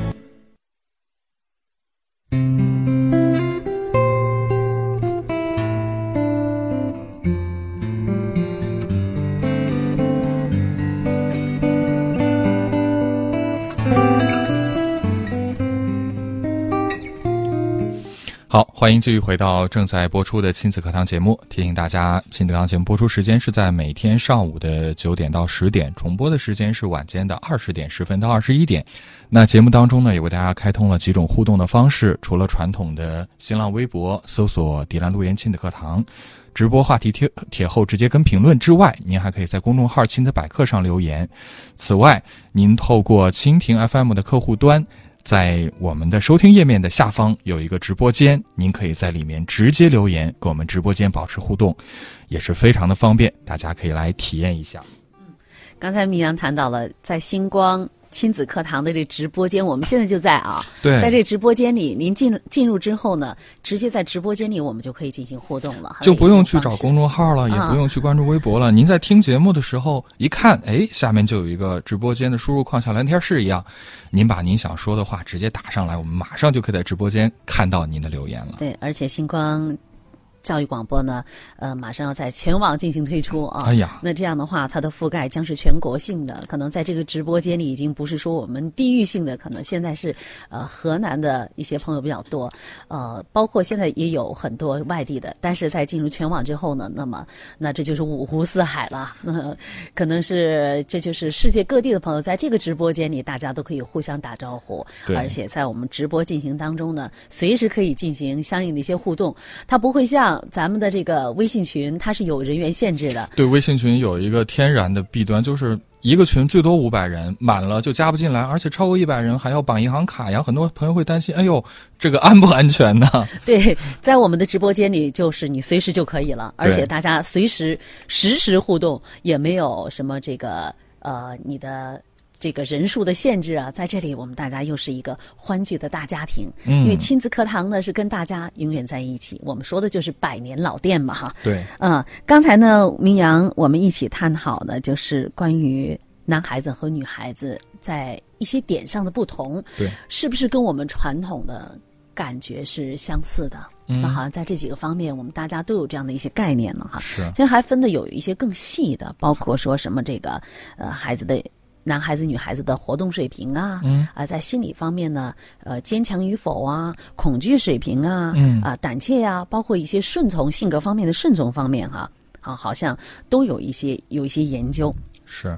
[SPEAKER 3] 好，欢迎继续回到正在播出的亲子课堂节目。提醒大家，亲子课堂节目播出时间是在每天上午的九点到十点，重播的时间是晚间的二十点十分到二十一点。那节目当中呢，也为大家开通了几种互动的方式，除了传统的新浪微博搜索“迪兰路言亲子课堂”。直播话题贴帖后直接跟评论之外，您还可以在公众号“亲子百科”上留言。此外，您透过蜻蜓 FM 的客户端，在我们的收听页面的下方有一个直播间，您可以在里面直接留言，跟我们直播间保持互动，也是非常的方便，大家可以来体验一下。
[SPEAKER 4] 刚才米阳谈到了在星光亲子课堂的这直播间，我们现在就在啊，
[SPEAKER 3] 对
[SPEAKER 4] 在这直播间里，您进进入之后呢，直接在直播间里我们就可以进行互动了，
[SPEAKER 3] 就不用去找公
[SPEAKER 4] 众。
[SPEAKER 3] 众号了，也
[SPEAKER 4] 啊
[SPEAKER 3] 不用去关注微博了。您在听节目的时候，一看，哎，下面就有一个直播间的输入框，像聊天室一样，您把您想说的话直接打上来，我们马上就可以在直播间看到您的留言了。
[SPEAKER 4] 对，而且星光教育广播呢，呃，马上要在全网进行推出啊。
[SPEAKER 3] 哎呀，
[SPEAKER 4] 那这样的话，它的覆盖将是全国性的，可能在这个直播间里已经不是说我们地域性的，可能现在是呃河南的一些朋友比较多，呃，包括现在也有很多外地的，但是在进入全网之后呢，那么那这就是五湖四海了，那、可能是这就是世界各地的朋友在这个直播间里，大家都可以互相打招呼，
[SPEAKER 3] 对
[SPEAKER 4] 而且在我们直播进行当中呢，随时可以进行相应的一些互动，它不会像咱们的这个微信群，它是有人员限制的。
[SPEAKER 3] 对微信群有一个天然的弊端，就是一个群最多五百人，满了就加不进来，而且超过一百人还要绑银行卡呀。很多朋友会担心，哎呦，这个安不安全呢？
[SPEAKER 4] [laughs] 对，在我们的直播间里，就是你随时就可以了，而且大家随时实时互动，也没有什么这个呃你的。这个人数的限制啊，在这里我们大家又是一个欢聚的大家庭，
[SPEAKER 3] 嗯
[SPEAKER 4] 因为亲子课堂呢是跟大家永远在一起，我们说的就是百年老店嘛哈。
[SPEAKER 3] [laughs] 对，
[SPEAKER 4] 嗯，刚才呢，明阳，我们一起探讨的就是关于男孩子和女孩子在一些点上的不同，
[SPEAKER 3] 对，
[SPEAKER 4] 是不是跟我们传统的感觉是相似的？
[SPEAKER 3] 嗯
[SPEAKER 4] 那好像在这几个方面，我们大家都有这样的一些概念了哈。
[SPEAKER 3] 是
[SPEAKER 4] 其实还分的有一些更细的，包括说什么这个呃孩子的男孩子、女孩子的活动水平啊，
[SPEAKER 3] 嗯
[SPEAKER 4] 啊、在心理方面呢，呃坚强与否啊，恐惧水平啊，
[SPEAKER 3] 嗯
[SPEAKER 4] 啊、胆怯呀、包括一些顺从性格方面的顺从方面哈、啊，好像都有一些有一些研究。
[SPEAKER 3] 是，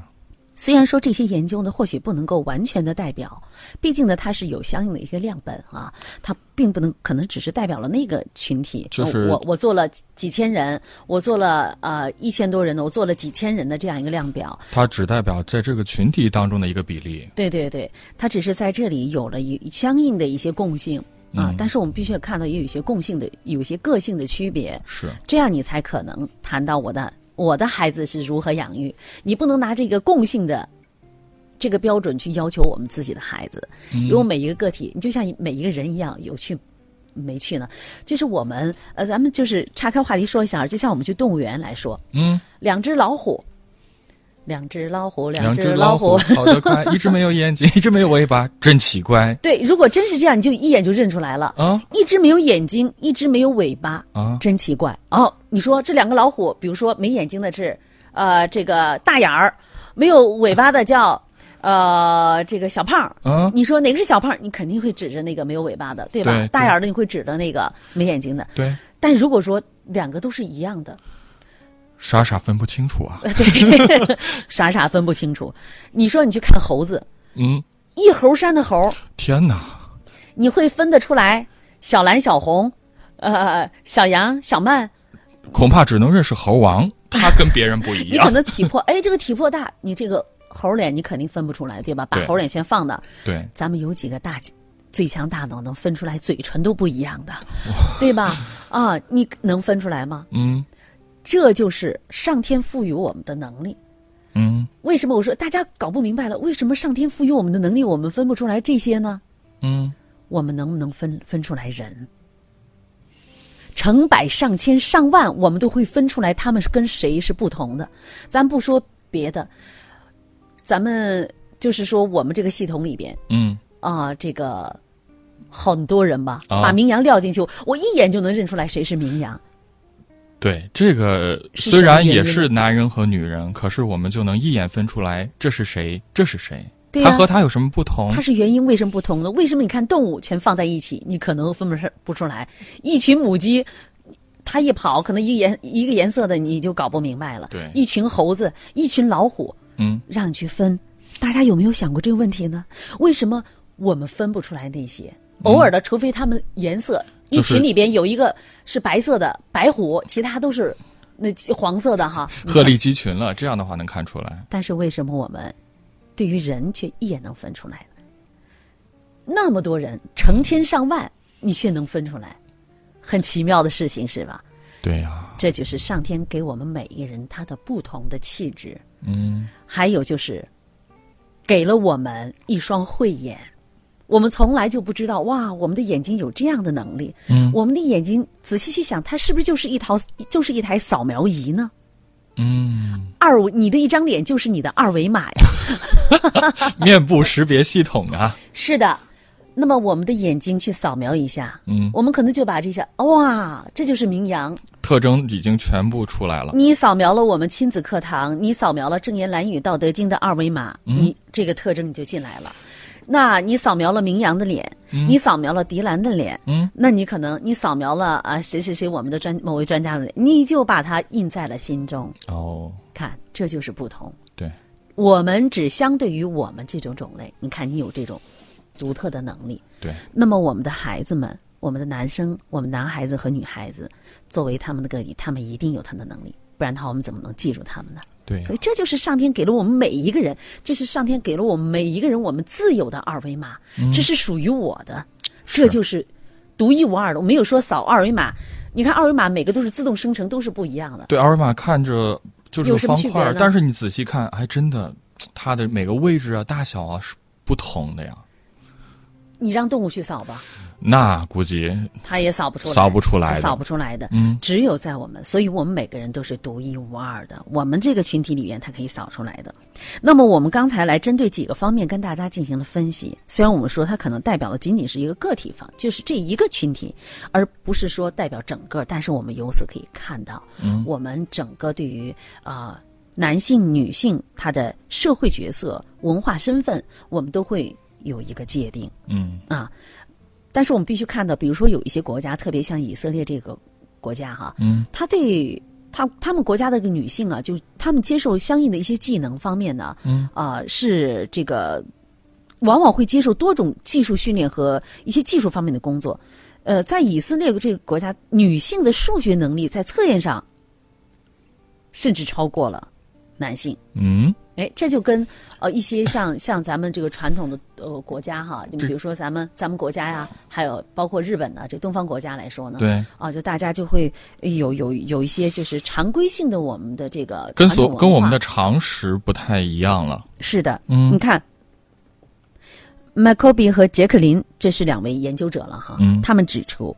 [SPEAKER 4] 虽然说这些研究呢，或许不能够完全的代表，毕竟呢，它是有相应的一个量本啊，它并不能可能只是代表了那个群体。
[SPEAKER 3] 就是
[SPEAKER 4] 呃我我做了几几千人，我做了呃一千多人的，我做了几千人的这样一个量表。
[SPEAKER 3] 它只代表在这个群体当中的一个比例。
[SPEAKER 4] 对对对，它只是在这里有了一相应的一些共性啊，
[SPEAKER 3] 嗯
[SPEAKER 4] 但是我们必须要看到也有一些共性的，有一些个性的区别。
[SPEAKER 3] 是，
[SPEAKER 4] 这样你才可能谈到我的我的孩子是如何养育。你不能拿这个共性的这个标准去要求我们自己的孩子，
[SPEAKER 3] 嗯
[SPEAKER 4] 因为每一个个体，你就像每一个人一样，有去没去呢？就是我们呃，咱们就是岔开话题说一下，就像我们去动物园来说，
[SPEAKER 3] 嗯。
[SPEAKER 4] 两只老虎。两只老虎，
[SPEAKER 3] 两
[SPEAKER 4] 只
[SPEAKER 3] 老
[SPEAKER 4] 虎。
[SPEAKER 3] 跑得快，一只没有眼睛，一只没有尾巴，真奇怪
[SPEAKER 4] 对，如果真是这样，你就一眼就认出来了。
[SPEAKER 3] 啊
[SPEAKER 4] 一只没有眼睛，一只没有尾巴，
[SPEAKER 3] 啊！
[SPEAKER 4] 真奇怪哦！你说这两个老虎，比如说没眼睛的是呃这个大眼儿，没有尾巴的叫呃这个小胖儿。
[SPEAKER 3] 啊
[SPEAKER 4] 你说哪个是小胖儿？你肯定会指着那个没有尾巴的，对吧？
[SPEAKER 3] 对对
[SPEAKER 4] 大眼儿的你会指着那个没眼睛的。
[SPEAKER 3] 对，
[SPEAKER 4] 但如果说两个都是一样的，
[SPEAKER 3] 傻傻分不清楚啊。 [laughs]
[SPEAKER 4] 对，傻傻分不清楚。你说你去看猴子，
[SPEAKER 3] 嗯，
[SPEAKER 4] 一猴山的猴，
[SPEAKER 3] 天哪，
[SPEAKER 4] 你会分得出来小蓝、小红，呃，小羊、小曼，
[SPEAKER 3] 恐怕只能认识猴王，他跟别人不一
[SPEAKER 4] 你可
[SPEAKER 3] 样。
[SPEAKER 4] [laughs] 能体魄，哎，这个体魄大，你这个猴脸你肯定分不出来，对吧？把
[SPEAKER 3] 对
[SPEAKER 4] 猴脸全放那儿，
[SPEAKER 3] 对，
[SPEAKER 4] 咱们有几个大最强大脑能分出来嘴唇都不一样的，对吧？啊，你能分出来吗？
[SPEAKER 3] 嗯
[SPEAKER 4] 这就是上天赋予我们的能力。
[SPEAKER 3] 嗯
[SPEAKER 4] 为什么我说大家搞不明白了？为什么上天赋予我们的能力，我们分不出来这些呢？
[SPEAKER 3] 嗯，
[SPEAKER 4] 我们能不能分分出来人？成百上千上万，我们都会分出来他们是跟谁是不同的。咱不说别的，咱们就是说我们这个系统里边
[SPEAKER 3] 嗯，
[SPEAKER 4] 啊、这个很多人吧，
[SPEAKER 3] 啊
[SPEAKER 4] 把名扬撂进去，我一眼就能认出来谁是名扬。
[SPEAKER 3] 对，这个
[SPEAKER 4] 是
[SPEAKER 3] 虽
[SPEAKER 4] 什
[SPEAKER 3] 然
[SPEAKER 4] 么原
[SPEAKER 3] 也
[SPEAKER 4] 因
[SPEAKER 3] 是男人和女人，可是我们就能一眼分出来这是谁，这是谁，
[SPEAKER 4] 对
[SPEAKER 3] 他
[SPEAKER 4] 呀
[SPEAKER 3] 和他有什么不同
[SPEAKER 4] 它？是原因为什么不同呢？为什么你看动物全放在一起，你可能分不出不出来？一群母鸡，它一跑，可能一个颜一个颜色的你就搞不明白了。
[SPEAKER 3] 对
[SPEAKER 4] 一群猴子，一群老虎，
[SPEAKER 3] 嗯，
[SPEAKER 4] 让你去分，大家有没有想过这个问题呢？为什么我们分不出来那些？偶尔的，除非它们颜色，
[SPEAKER 3] 嗯就
[SPEAKER 4] 一
[SPEAKER 3] 是
[SPEAKER 4] 群里边有一个是白色的白虎，其他都是那黄色的哈。
[SPEAKER 3] 鹤立鸡群了，这样的话能看出来。
[SPEAKER 4] 但是为什么我们对于人却一眼能分出来呢？那么多人，成千上万，你却能分出来，很奇妙的事情是吧？
[SPEAKER 3] 对呀、
[SPEAKER 4] 这就是上天给我们每一个人他的不同的气质。
[SPEAKER 3] 嗯，
[SPEAKER 4] 还有就是，给了我们一双慧眼。我们从来就不知道，哇，我们的眼睛有这样的能力。
[SPEAKER 3] 嗯
[SPEAKER 4] 我们的眼睛仔细去想，它是不是就是一套，就是一台扫描仪呢？
[SPEAKER 3] 嗯，
[SPEAKER 4] 二维，你的一张脸就是你的二维码呀。
[SPEAKER 3] 啊面部识别系统啊，
[SPEAKER 4] 是的，那么我们的眼睛去扫描一下，
[SPEAKER 3] 嗯
[SPEAKER 4] 我们可能就把这些，哇，这就是名扬。
[SPEAKER 3] 特征已经全部出来了。
[SPEAKER 4] 你扫描了我们亲子课堂，你扫描了《正言蓝语道德经》的二维码，你这个特征你就进来了。那你扫描了明阳的脸，你扫描了迪兰的脸，
[SPEAKER 3] 嗯，
[SPEAKER 4] 那你可能你扫描了啊谁谁谁我们的专某位专家的脸，你就把它印在了心中。
[SPEAKER 3] 哦，
[SPEAKER 4] 看，这就是不同。
[SPEAKER 3] 对，
[SPEAKER 4] 我们只相对于我们这种种类，你看你有这种独特的能力，
[SPEAKER 3] 对，
[SPEAKER 4] 那么我们的孩子们，我们的男生，我们男孩子和女孩子，作为他们的个体，他们一定有他的能力，不然的话，我们怎么能记住他们呢？
[SPEAKER 3] 对呀
[SPEAKER 4] 所以这就是上天给了我们每一个人，这是上天给了我们每一个人我们自有的二维码，
[SPEAKER 3] 嗯
[SPEAKER 4] 这是属于我的，这就是独一无二的。我没有说扫二维码，你看二维码每个都是自动生成，都是不一样的。
[SPEAKER 3] 对，二维码看着就是个
[SPEAKER 4] 有什么
[SPEAKER 3] 方
[SPEAKER 4] 区别
[SPEAKER 3] 块儿，
[SPEAKER 4] 呢
[SPEAKER 3] 但是你仔细看，还真的，它的每个位置啊、大小啊是不同的呀。
[SPEAKER 4] 你让动物去扫吧，
[SPEAKER 3] 那估计
[SPEAKER 4] 它也扫不出来，
[SPEAKER 3] 扫不出来
[SPEAKER 4] 它
[SPEAKER 3] 的
[SPEAKER 4] 扫不出来的。
[SPEAKER 3] 嗯
[SPEAKER 4] 只有在我们，所以我们每个人都是独一无二的。我们这个群体里面，它可以扫出来的。那么，我们刚才来针对几个方面跟大家进行了分析。虽然我们说它可能代表的仅仅是一个个体方，就是这一个群体，而不是说代表整个。但是我们由此可以看到，嗯、我们整个对于啊、呃男性、女性他的社会角色、文化身份，我们都会有一个界定。
[SPEAKER 3] 嗯
[SPEAKER 4] 啊。但是我们必须看到，比如说有一些国家，特别像以色列这个国家哈，
[SPEAKER 3] 嗯，
[SPEAKER 4] 他对他他们国家的这个女性啊，就他们接受相应的一些技能方面呢，嗯，啊、是这个往往会接受多种技术训练和一些技术方面的工作。呃，在以色列这个国家，女性的数学能力在测验上甚至超过了男性。
[SPEAKER 3] 嗯，
[SPEAKER 4] 哎，这就跟呃一些像像咱们这个传统的呃国家哈，你
[SPEAKER 3] 这
[SPEAKER 4] 比如说咱们咱们国家呀，还有包括日本的这东方国家来说呢，
[SPEAKER 3] 对，
[SPEAKER 4] 啊，就大家就会有有有一些就是常规性的我们的这个
[SPEAKER 3] 跟
[SPEAKER 4] 传统
[SPEAKER 3] 所
[SPEAKER 4] 文
[SPEAKER 3] 跟我们
[SPEAKER 4] 化
[SPEAKER 3] 的常识不太一样了。
[SPEAKER 4] 是的，你
[SPEAKER 3] 嗯
[SPEAKER 4] 看。麦科比和杰克林，这是两位研究者了哈，
[SPEAKER 3] 嗯
[SPEAKER 4] 他们指出，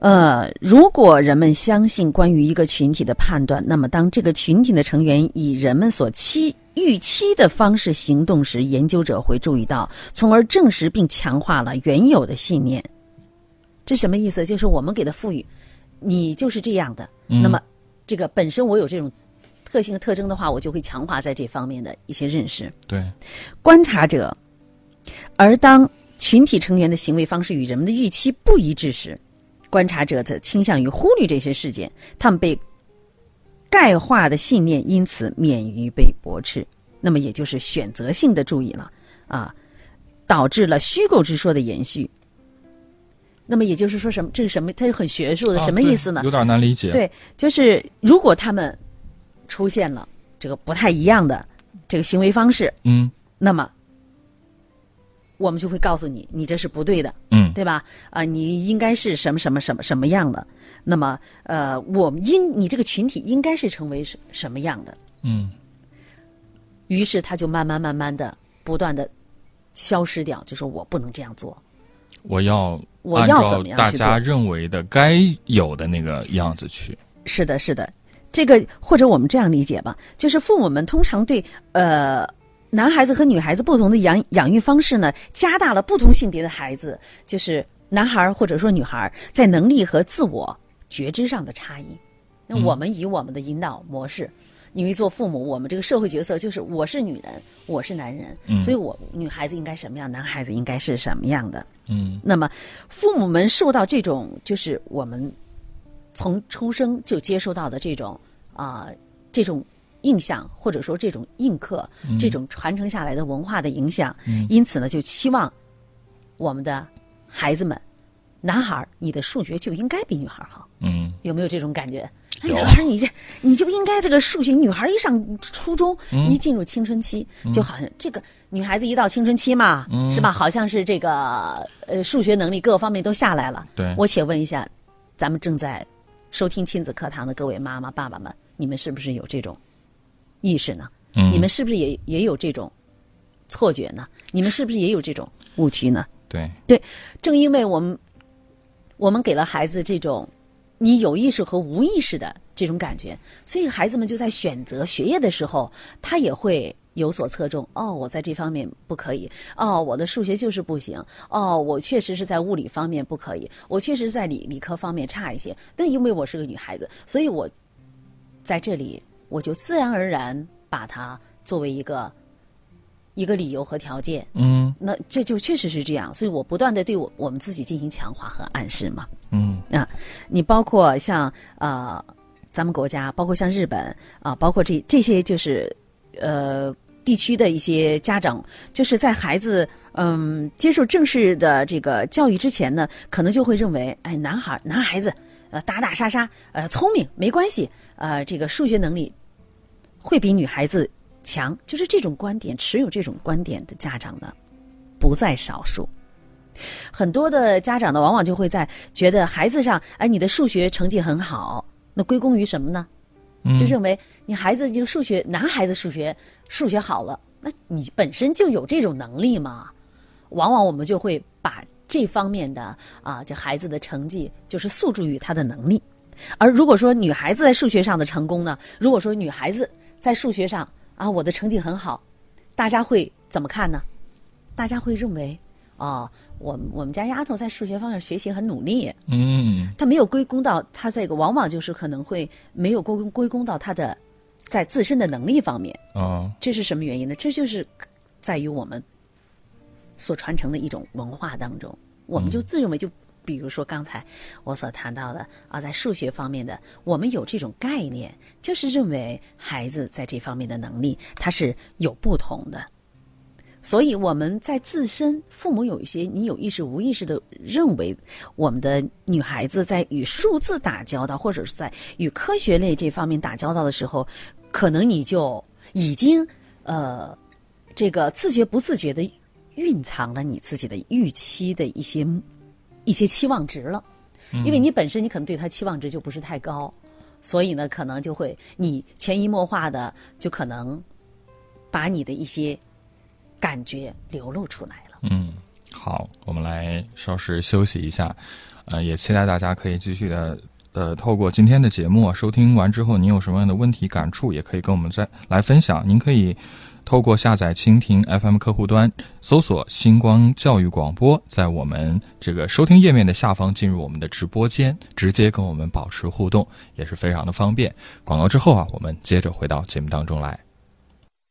[SPEAKER 4] 呃，如果人们相信关于一个群体的判断，那么当这个群体的成员以人们所期预期的方式行动时，研究者会注意到，从而证实并强化了原有的信念。这什么意思？就是我们给它赋予，你就是这样的。
[SPEAKER 3] 嗯
[SPEAKER 4] 那么，这个本身我有这种特性和特征的话，我就会强化在这方面的一些认识。
[SPEAKER 3] 对，
[SPEAKER 4] 观察者，而当群体成员的行为方式与人们的预期不一致时，观察者则倾向于忽略这些事件，他们被概化的信念因此免于被驳斥。那么，也就是选择性的注意了啊，导致了虚构之说的延续。啊那么也就是说什么？这是什么？它是很学术的，
[SPEAKER 3] 啊
[SPEAKER 4] 什么
[SPEAKER 3] 对
[SPEAKER 4] 意思呢？
[SPEAKER 3] 有点难理解。
[SPEAKER 4] 对就是如果他们出现了这个不太一样的这个行为方式，
[SPEAKER 3] 嗯
[SPEAKER 4] 那么我们就会告诉你，你这是不对的，
[SPEAKER 3] 嗯，
[SPEAKER 4] 对吧？啊、你应该是什么什么什么什么样的？那么，呃，我们应你这个群体应该是成为什什么样的？
[SPEAKER 3] 嗯，
[SPEAKER 4] 于是他就慢慢慢慢的不断的消失掉，就说我不能这样做。
[SPEAKER 3] 我要
[SPEAKER 4] 我
[SPEAKER 3] 按
[SPEAKER 4] 要
[SPEAKER 3] 照
[SPEAKER 4] 怎么样
[SPEAKER 3] 大
[SPEAKER 4] 去
[SPEAKER 3] 家
[SPEAKER 4] 做
[SPEAKER 3] 认为的该有的那个样子去。
[SPEAKER 4] 是的，是的，这个或者我们这样理解吧，就是父母们通常对呃男孩子和女孩子不同的养养育方式呢，加大了不同性别的孩子，就是男孩儿或者说女孩儿在能力和自我觉知上的差异。那我们以我们的引导模式。因为做父母，我们这个社会角色就是我是女人，我是男人，所以我女孩子应该什么样，男孩子应该是什么样的。
[SPEAKER 3] 嗯
[SPEAKER 4] 那么，父母们受到这种就是我们从出生就接受到的这种啊、这种印象，或者说这种印刻，这种传承下来的文化的影响，因此呢，就期望我们的孩子们，男孩儿你的数学就应该比女孩儿好，
[SPEAKER 3] 嗯，
[SPEAKER 4] 有没有这种感觉？哎
[SPEAKER 3] 有
[SPEAKER 4] 男孩儿你这你就应该这个数学，女孩儿一上初中，
[SPEAKER 3] 嗯
[SPEAKER 4] 一进入青春期，就好像这个女孩子一到青春期嘛，
[SPEAKER 3] 嗯
[SPEAKER 4] 是吧？好像是这个呃数学能力各个方面都下来了。
[SPEAKER 3] 对
[SPEAKER 4] 我且问一下，咱们正在收听亲子课堂的各位妈妈爸爸们，你们是不是有这种意识呢？
[SPEAKER 3] 嗯
[SPEAKER 4] 你们是不是也也有这种错觉呢？你们是不是也有这种误区呢？
[SPEAKER 3] 对，
[SPEAKER 4] 正因为我们我们给了孩子这种你有意识和无意识的这种感觉，所以孩子们就在选择学业的时候，他也会有所侧重。哦，我在这方面不可以，哦，我的数学就是不行，哦，我确实是在物理方面不可以，我确实在理理科方面差一些。但因为我是个女孩子，所以我在这里我就自然而然把它作为一个一个理由和条件。
[SPEAKER 3] 嗯
[SPEAKER 4] 那这就确实是这样，所以我不断的对我我们自己进行强化和暗示嘛。
[SPEAKER 3] 嗯
[SPEAKER 4] 你包括像呃，咱们国家，包括像日本啊、包括这这些就是呃地区的一些家长，就是在孩子嗯接受正式的这个教育之前呢，可能就会认为，哎，男孩男孩子呃打打杀杀呃聪明没关系，呃这个数学能力会比女孩子强，就是这种观点，持有这种观点的家长呢不在少数。很多的家长呢，往往就会在觉得孩子上，哎，你的数学成绩很好，那归功于什么呢？
[SPEAKER 3] 嗯，
[SPEAKER 4] 就认为你孩子就数学，男孩子数学数学好了，那你本身就有这种能力嘛。往往我们就会把这方面的啊，这孩子的成绩就是诉诸于他的能力。而如果说女孩子在数学上的成功呢，如果说女孩子在数学上啊，我的成绩很好，大家会怎么看呢？大家会认为，哦，我我们家丫头在数学方面学习很努力，
[SPEAKER 3] 嗯
[SPEAKER 4] 他没有归功到他这个，往往就是可能会没有归功归功到他的在自身的能力方面。
[SPEAKER 3] 哦
[SPEAKER 4] 这是什么原因呢？这就是在于我们所传承的一种文化当中，我们就自认为就。比如说刚才我所谈到的啊，在数学方面的，我们有这种概念，就是认为孩子在这方面的能力他是有不同的，所以我们在自身父母有一些你有意识无意识的认为，我们的女孩子在与数字打交道，或者是在与科学类这方面打交道的时候，可能你就已经呃，这个自觉不自觉的蕴藏了你自己的预期的一些一些期望值了，因为你本身你可能对他期望值就不是太高，所以呢，可能就会你潜移默化的就可能把你的一些感觉流露出来了。
[SPEAKER 3] 嗯，好，我们来稍事休息一下，呃，也期待大家可以继续的。呃，透过今天的节目啊收听完之后，您有什么样的问题感触，也可以跟我们再来分享。您可以透过下载蜻蜓 FM 客户端，搜索“星光教育广播”，在我们这个收听页面的下方进入我们的直播间，直接跟我们保持互动，也是非常的方便。广告之后啊，我们接着回到节目当中来。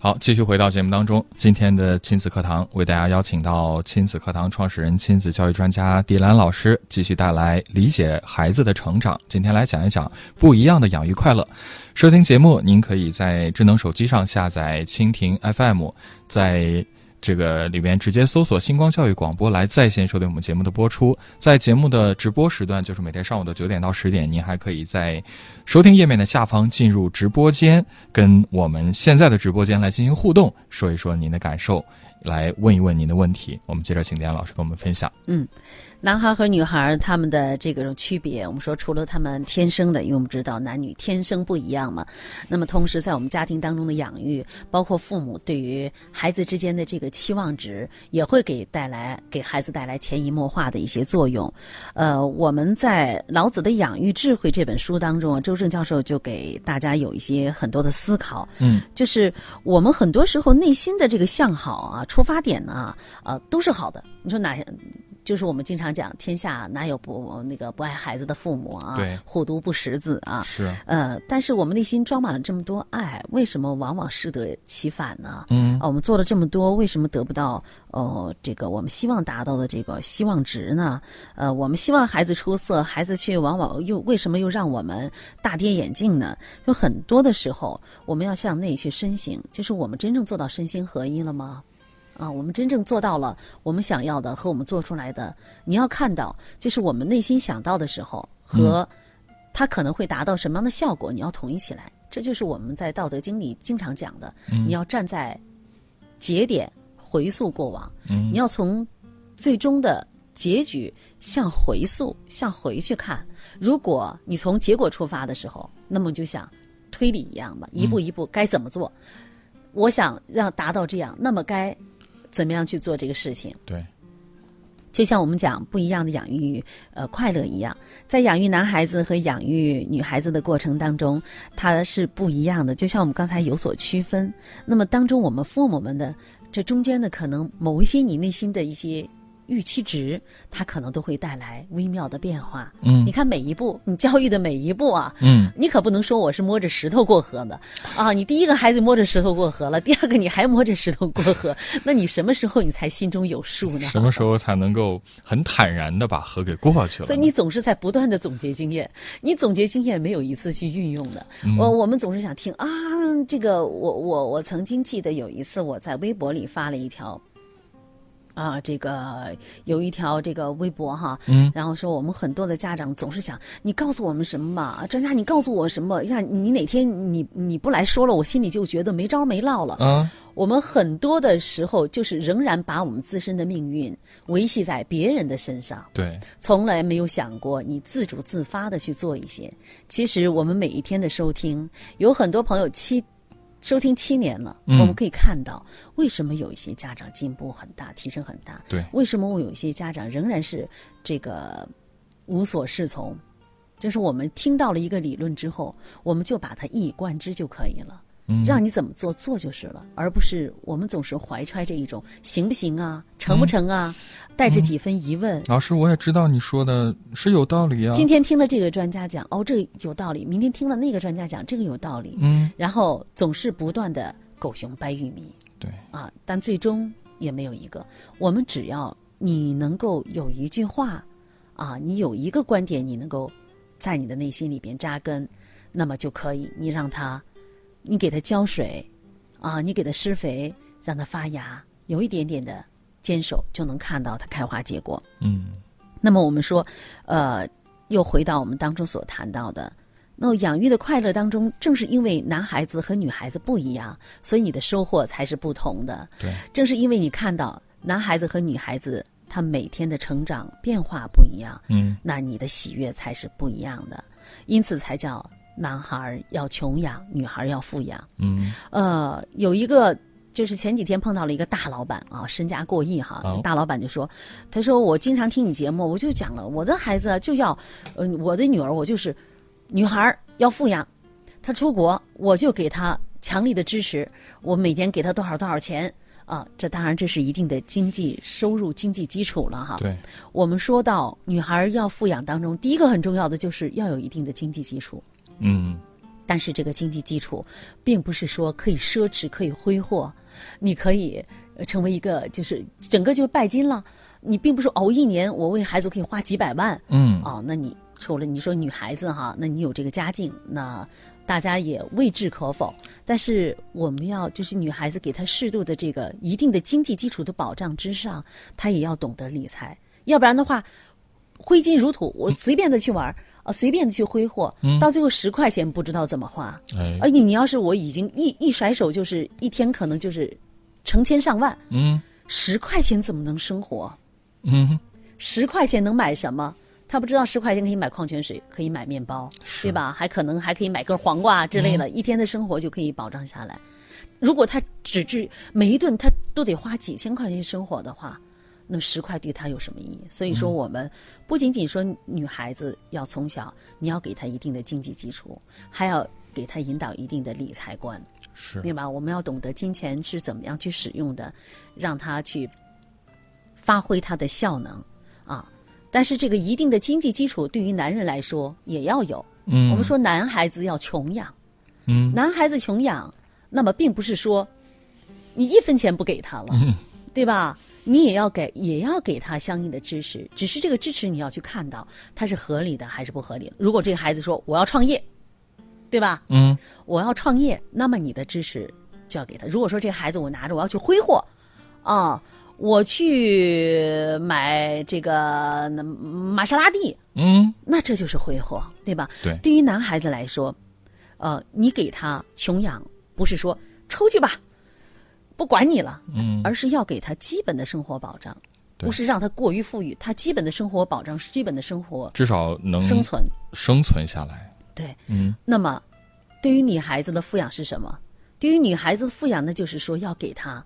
[SPEAKER 3] 好，继续回到节目当中。今天的亲子课堂为大家邀请到亲子课堂创始人、亲子教育专家迪兰老师，继续带来理解孩子的成长。今天来讲一讲不一样的养育快乐。收听节目，您可以在智能手机上下载蜻蜓 FM，在这个里面直接搜索“星光教育广播”来在线收听我们节目的播出。在节目的直播时段，就是每天上午的九点到十点，您还可以在收听页面的下方进入直播间，跟我们现在的直播间来进行互动，说一说您的感受，来问一问您的问题。我们接着请田老师跟我们分享。
[SPEAKER 4] 男孩和女孩他们的这个种区别，我们说除了他们天生的，因为我们知道男女天生不一样嘛。那么同时在我们家庭当中的养育，包括父母对于孩子之间的这个期望值，也会给带来给孩子带来潜移默化的一些作用。呃，我们在《老子的养育智慧》这本书当中啊，周正教授就给大家有一些很多的思考。
[SPEAKER 3] 嗯，
[SPEAKER 4] 就是我们很多时候内心的这个向好啊，出发点呢、啊，呃，都是好的。你说哪就是我们经常讲，天下哪有不那个不爱孩子的父母啊
[SPEAKER 3] 对？
[SPEAKER 4] 虎毒不食子啊。
[SPEAKER 3] 是，
[SPEAKER 4] 呃，但是我们内心装满了这么多爱，为什么往往适得其反呢？
[SPEAKER 3] 嗯
[SPEAKER 4] 啊，我们做了这么多，为什么得不到呃这个我们希望达到的这个希望值呢？呃，我们希望孩子出色，孩子却往往又为什么又让我们大跌眼镜呢？就很多的时候，我们要向内去深省，就是我们真正做到身心合一了吗？啊，我们真正做到了我们想要的和我们做出来的，你要看到，就是我们内心想到的时候和它可能会达到什么样的效果，你要统一起来。这就是我们在《道德经》里经常讲的，你要站在节点回溯过往，
[SPEAKER 3] 嗯
[SPEAKER 4] 你要从最终的结局向回溯、向回去看。如果你从结果出发的时候，那么就像推理一样吧，一步一步该怎么做？我想让达到这样，那么该怎么样去做这个事情？
[SPEAKER 3] 对，
[SPEAKER 4] 就像我们讲不一样的养育呃快乐一样，在养育男孩子和养育女孩子的过程当中，它是不一样的。就像我们刚才有所区分，那么当中我们父母们的这中间的可能某一些你内心的一些预期值，它可能都会带来微妙的变化。
[SPEAKER 3] 嗯
[SPEAKER 4] 你看每一步，你教育的每一步啊，
[SPEAKER 3] 嗯，
[SPEAKER 4] 你可不能说我是摸着石头过河的啊！你第一个孩子摸着石头过河了，第二个你还摸着石头过河，那你什么时候你才心中有数呢？
[SPEAKER 3] 什么时候才能够很坦然的把河给过去了呢？
[SPEAKER 4] 所以你总是在不断的总结经验，你总结经验没有一次去运用的。我我们总是想听啊，这个我我我曾经记得有一次我在微博里发了一条。啊，这个有一条这个微博哈，嗯，然后说我们很多的家长总是想，你告诉我们什么嘛？专家，你告诉我什么？呀，你哪天你你不来说了，我心里就觉得没招没落了。
[SPEAKER 3] 啊，
[SPEAKER 4] 我们很多的时候就是仍然把我们自身的命运维系在别人的身上。
[SPEAKER 3] 对，
[SPEAKER 4] 从来没有想过你自主自发的去做一些。其实我们每一天的收听，有很多朋友七收听七年了，
[SPEAKER 3] 嗯
[SPEAKER 4] 我们可以看到为什么有一些家长进步很大，提升很大。
[SPEAKER 3] 对
[SPEAKER 4] 为什么我有一些家长仍然是这个无所适从？就是我们听到了一个理论之后，我们就把它一以贯之就可以了。
[SPEAKER 3] 嗯
[SPEAKER 4] 让你怎么做做就是了，而不是我们总是怀揣着一种行不行啊、成不成啊，带着几分疑问，
[SPEAKER 3] 老师，我也知道你说的是有道理啊。
[SPEAKER 4] 今天听了这个专家讲，哦，这个有道理；明天听了那个专家讲，这个有道理。
[SPEAKER 3] 嗯，
[SPEAKER 4] 然后总是不断的狗熊掰玉米
[SPEAKER 3] 对，
[SPEAKER 4] 啊，但最终也没有一个。我们只要你能够有一句话啊，你有一个观点，你能够在你的内心里边扎根，那么就可以。你让它，你给它浇水啊，你给它施肥，让它发芽，有一点点的坚守，就能看到它开花结果。
[SPEAKER 3] 嗯，
[SPEAKER 4] 那么我们说，呃，又回到我们当中所谈到的，那养育的快乐当中，正是因为男孩子和女孩子不一样，所以你的收获才是不同的。
[SPEAKER 3] 对，
[SPEAKER 4] 正是因为你看到男孩子和女孩子他每天的成长变化不一样，
[SPEAKER 3] 嗯，
[SPEAKER 4] 那你的喜悦才是不一样的，因此才叫男孩儿要穷养，女孩儿要富养。
[SPEAKER 3] 嗯，
[SPEAKER 4] 呃，有一个就是前几天碰到了一个大老板啊，身家过亿哈，
[SPEAKER 3] 哦
[SPEAKER 4] 大老板就说，他说我经常听你节目，我就讲了我的孩子啊就要，呃，我的女儿我就是女孩儿要富养，她出国我就给她强力的支持，我每年给她多少多少钱。啊，这当然这是一定的经济收入、经济基础了哈。
[SPEAKER 3] 对，
[SPEAKER 4] 我们说到女孩儿要富养当中，第一个很重要的就是要有一定的经济基础。
[SPEAKER 3] 嗯，
[SPEAKER 4] 但是这个经济基础，并不是说可以奢侈、可以挥霍，你可以呃成为一个就是整个就是拜金了。你并不是熬一年，我为孩子可以花几百万，
[SPEAKER 3] 嗯，
[SPEAKER 4] 哦，那你除了你说女孩子哈，那你有这个家境，那大家也未置可否。但是我们要就是女孩子给她适度的这个一定的经济基础的保障之上，她也要懂得理财，要不然的话，挥金如土，我随便的去玩儿啊，随便的去挥霍，到最后十块钱不知道怎么花。
[SPEAKER 3] 哎，
[SPEAKER 4] 而且你要是我已经一一甩手，就是一天可能就是成千上万，
[SPEAKER 3] 嗯，
[SPEAKER 4] 十块钱怎么能生活？
[SPEAKER 3] 嗯，
[SPEAKER 4] 十块钱能买什么？他不知道十块钱可以买矿泉水，可以买面包，对吧？还可能还可以买根黄瓜之类的，
[SPEAKER 3] 嗯
[SPEAKER 4] 一天的生活就可以保障下来。如果他只至每一顿他都得花几千块钱生活的话，那么十块对他有什么意义？所以
[SPEAKER 3] 嗯
[SPEAKER 4] 说，我们不仅仅说女孩子要从小你要给她一定的经济基础，还要给她引导一定的理财观。
[SPEAKER 3] 是，
[SPEAKER 4] 对吧？我们要懂得金钱是怎么样去使用的，让它去发挥它的效能啊。但是这个一定的经济基础对于男人来说也要有。
[SPEAKER 3] 嗯，
[SPEAKER 4] 我们，说男孩子要穷养，
[SPEAKER 3] 嗯
[SPEAKER 4] 男孩子穷养，那么并不是说你一分钱不给他了，
[SPEAKER 3] 嗯
[SPEAKER 4] 对吧？你也要给，也要给他相应的支持，只是这个支持你要去看到它是合理的还是不合理。如果这个孩子说我要创业，对吧？
[SPEAKER 3] 嗯，
[SPEAKER 4] 我要创业，那么你的支持就要给他。如果说这个孩子我拿着我要去挥霍，啊，我去买这个嗯玛莎拉蒂，
[SPEAKER 3] 嗯，
[SPEAKER 4] 那这就是挥霍，对吧？
[SPEAKER 3] 对
[SPEAKER 4] 对于男孩子来说，呃，你给他穷养，不是说抽去吧，不管你了，
[SPEAKER 3] 嗯，
[SPEAKER 4] 而是要给他基本的生活保障，
[SPEAKER 3] 对
[SPEAKER 4] 不是让他过于富裕，他基本的生活保障是基本的生活
[SPEAKER 3] 至少能
[SPEAKER 4] 生存。
[SPEAKER 3] 生存下来。
[SPEAKER 4] 对，
[SPEAKER 3] 嗯，
[SPEAKER 4] 那么，对于女孩子的富养是什么？对于女孩子的富养呢，就是说要给她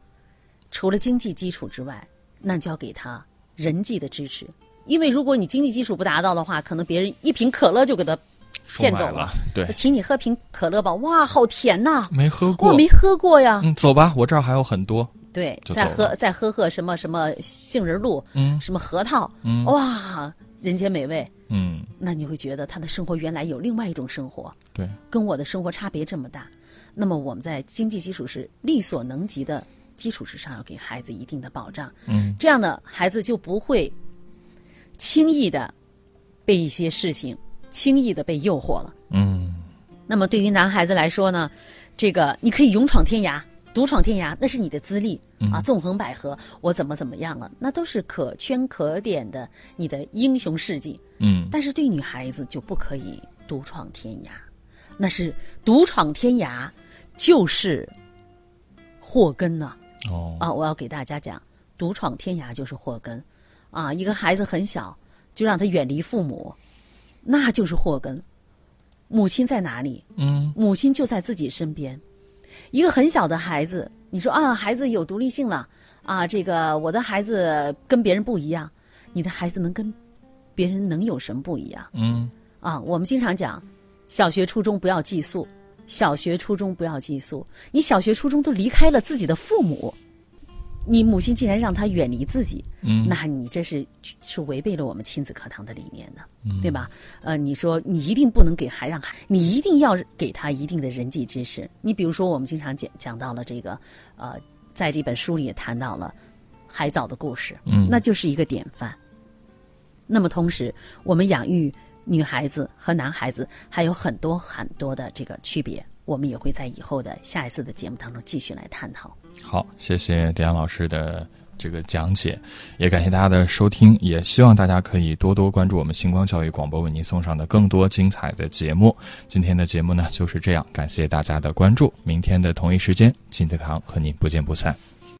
[SPEAKER 4] 除了经济基础之外，那就要给她人际的支持。因为如果你经济基础不达到的话，可能别人一瓶可乐就给她
[SPEAKER 3] 收
[SPEAKER 4] 骗
[SPEAKER 3] 买
[SPEAKER 4] 走
[SPEAKER 3] 了，对，
[SPEAKER 4] 请你喝瓶可乐吧，哇，好甜呐、
[SPEAKER 3] 没喝
[SPEAKER 4] 我
[SPEAKER 3] 过，
[SPEAKER 4] 没喝过呀。
[SPEAKER 3] 嗯，走吧，我这儿还有很多。
[SPEAKER 4] 对，
[SPEAKER 3] 就
[SPEAKER 4] 再
[SPEAKER 3] 走
[SPEAKER 4] 喝
[SPEAKER 3] 了
[SPEAKER 4] 再喝喝什么什么杏仁露，
[SPEAKER 3] 嗯
[SPEAKER 4] 什么核桃，
[SPEAKER 3] 嗯
[SPEAKER 4] 哇，人间美味。
[SPEAKER 3] 嗯，
[SPEAKER 4] 那你会觉得他的生活原来有另外一种生活，
[SPEAKER 3] 对，
[SPEAKER 4] 跟我的生活差别这么大，那么我们在经济基础是力所能及的基础之上，要给孩子一定的保障。
[SPEAKER 3] 嗯，
[SPEAKER 4] 这样呢，孩子就不会轻易的被一些事情轻易的被诱惑了。
[SPEAKER 3] 嗯
[SPEAKER 4] 那么对于男孩子来说呢，这个你可以勇闯天涯。独闯天涯，那是你的资历
[SPEAKER 3] 嗯
[SPEAKER 4] 啊，纵横捭阖，我怎么怎么样了，那都是可圈可点的你的英雄事迹。
[SPEAKER 3] 嗯，
[SPEAKER 4] 但是对女孩子就不可以独闯天涯，那是独闯天涯就是祸根呐
[SPEAKER 3] 哦，
[SPEAKER 4] 啊！我要给大家讲，独闯天涯就是祸根啊！一个孩子很小就让他远离父母，那就是祸根。母亲在哪里？
[SPEAKER 3] 嗯
[SPEAKER 4] 母亲就在自己身边。一个很小的孩子，你说啊，孩子有独立性了啊，这个我的孩子跟别人不一样，你的孩子能跟别人能有什么不一样
[SPEAKER 3] 嗯
[SPEAKER 4] 啊？我们经常讲，小学、初中不要寄宿，小学、初中不要寄宿。你小学、初中都离开了自己的父母，你母亲竟然让他远离自己，
[SPEAKER 3] 嗯，
[SPEAKER 4] 那你这是是违背了我们亲子课堂的理念的，
[SPEAKER 3] 嗯
[SPEAKER 4] 对吧？呃，你说你一定不能给孩让孩，你一定要给他一定的人际支持。你比如说，我们经常讲讲到了这个，呃，在这本书里也谈到了海藻的故事，
[SPEAKER 3] 嗯
[SPEAKER 4] 那就是一个典范。那么同时，我们养育女孩子和男孩子还有很多很多的这个区别，我们也会在以后的下一次的节目当中继续来探讨。
[SPEAKER 3] 好，谢谢迪安老师的这个讲解，也感谢大家的收听，也希望大家可以多多关注我们星光教育广播为您送上的更多精彩的节目。今天的节目呢就是这样，感谢大家的关注，明天的同一时间，金德堂和您不见不散。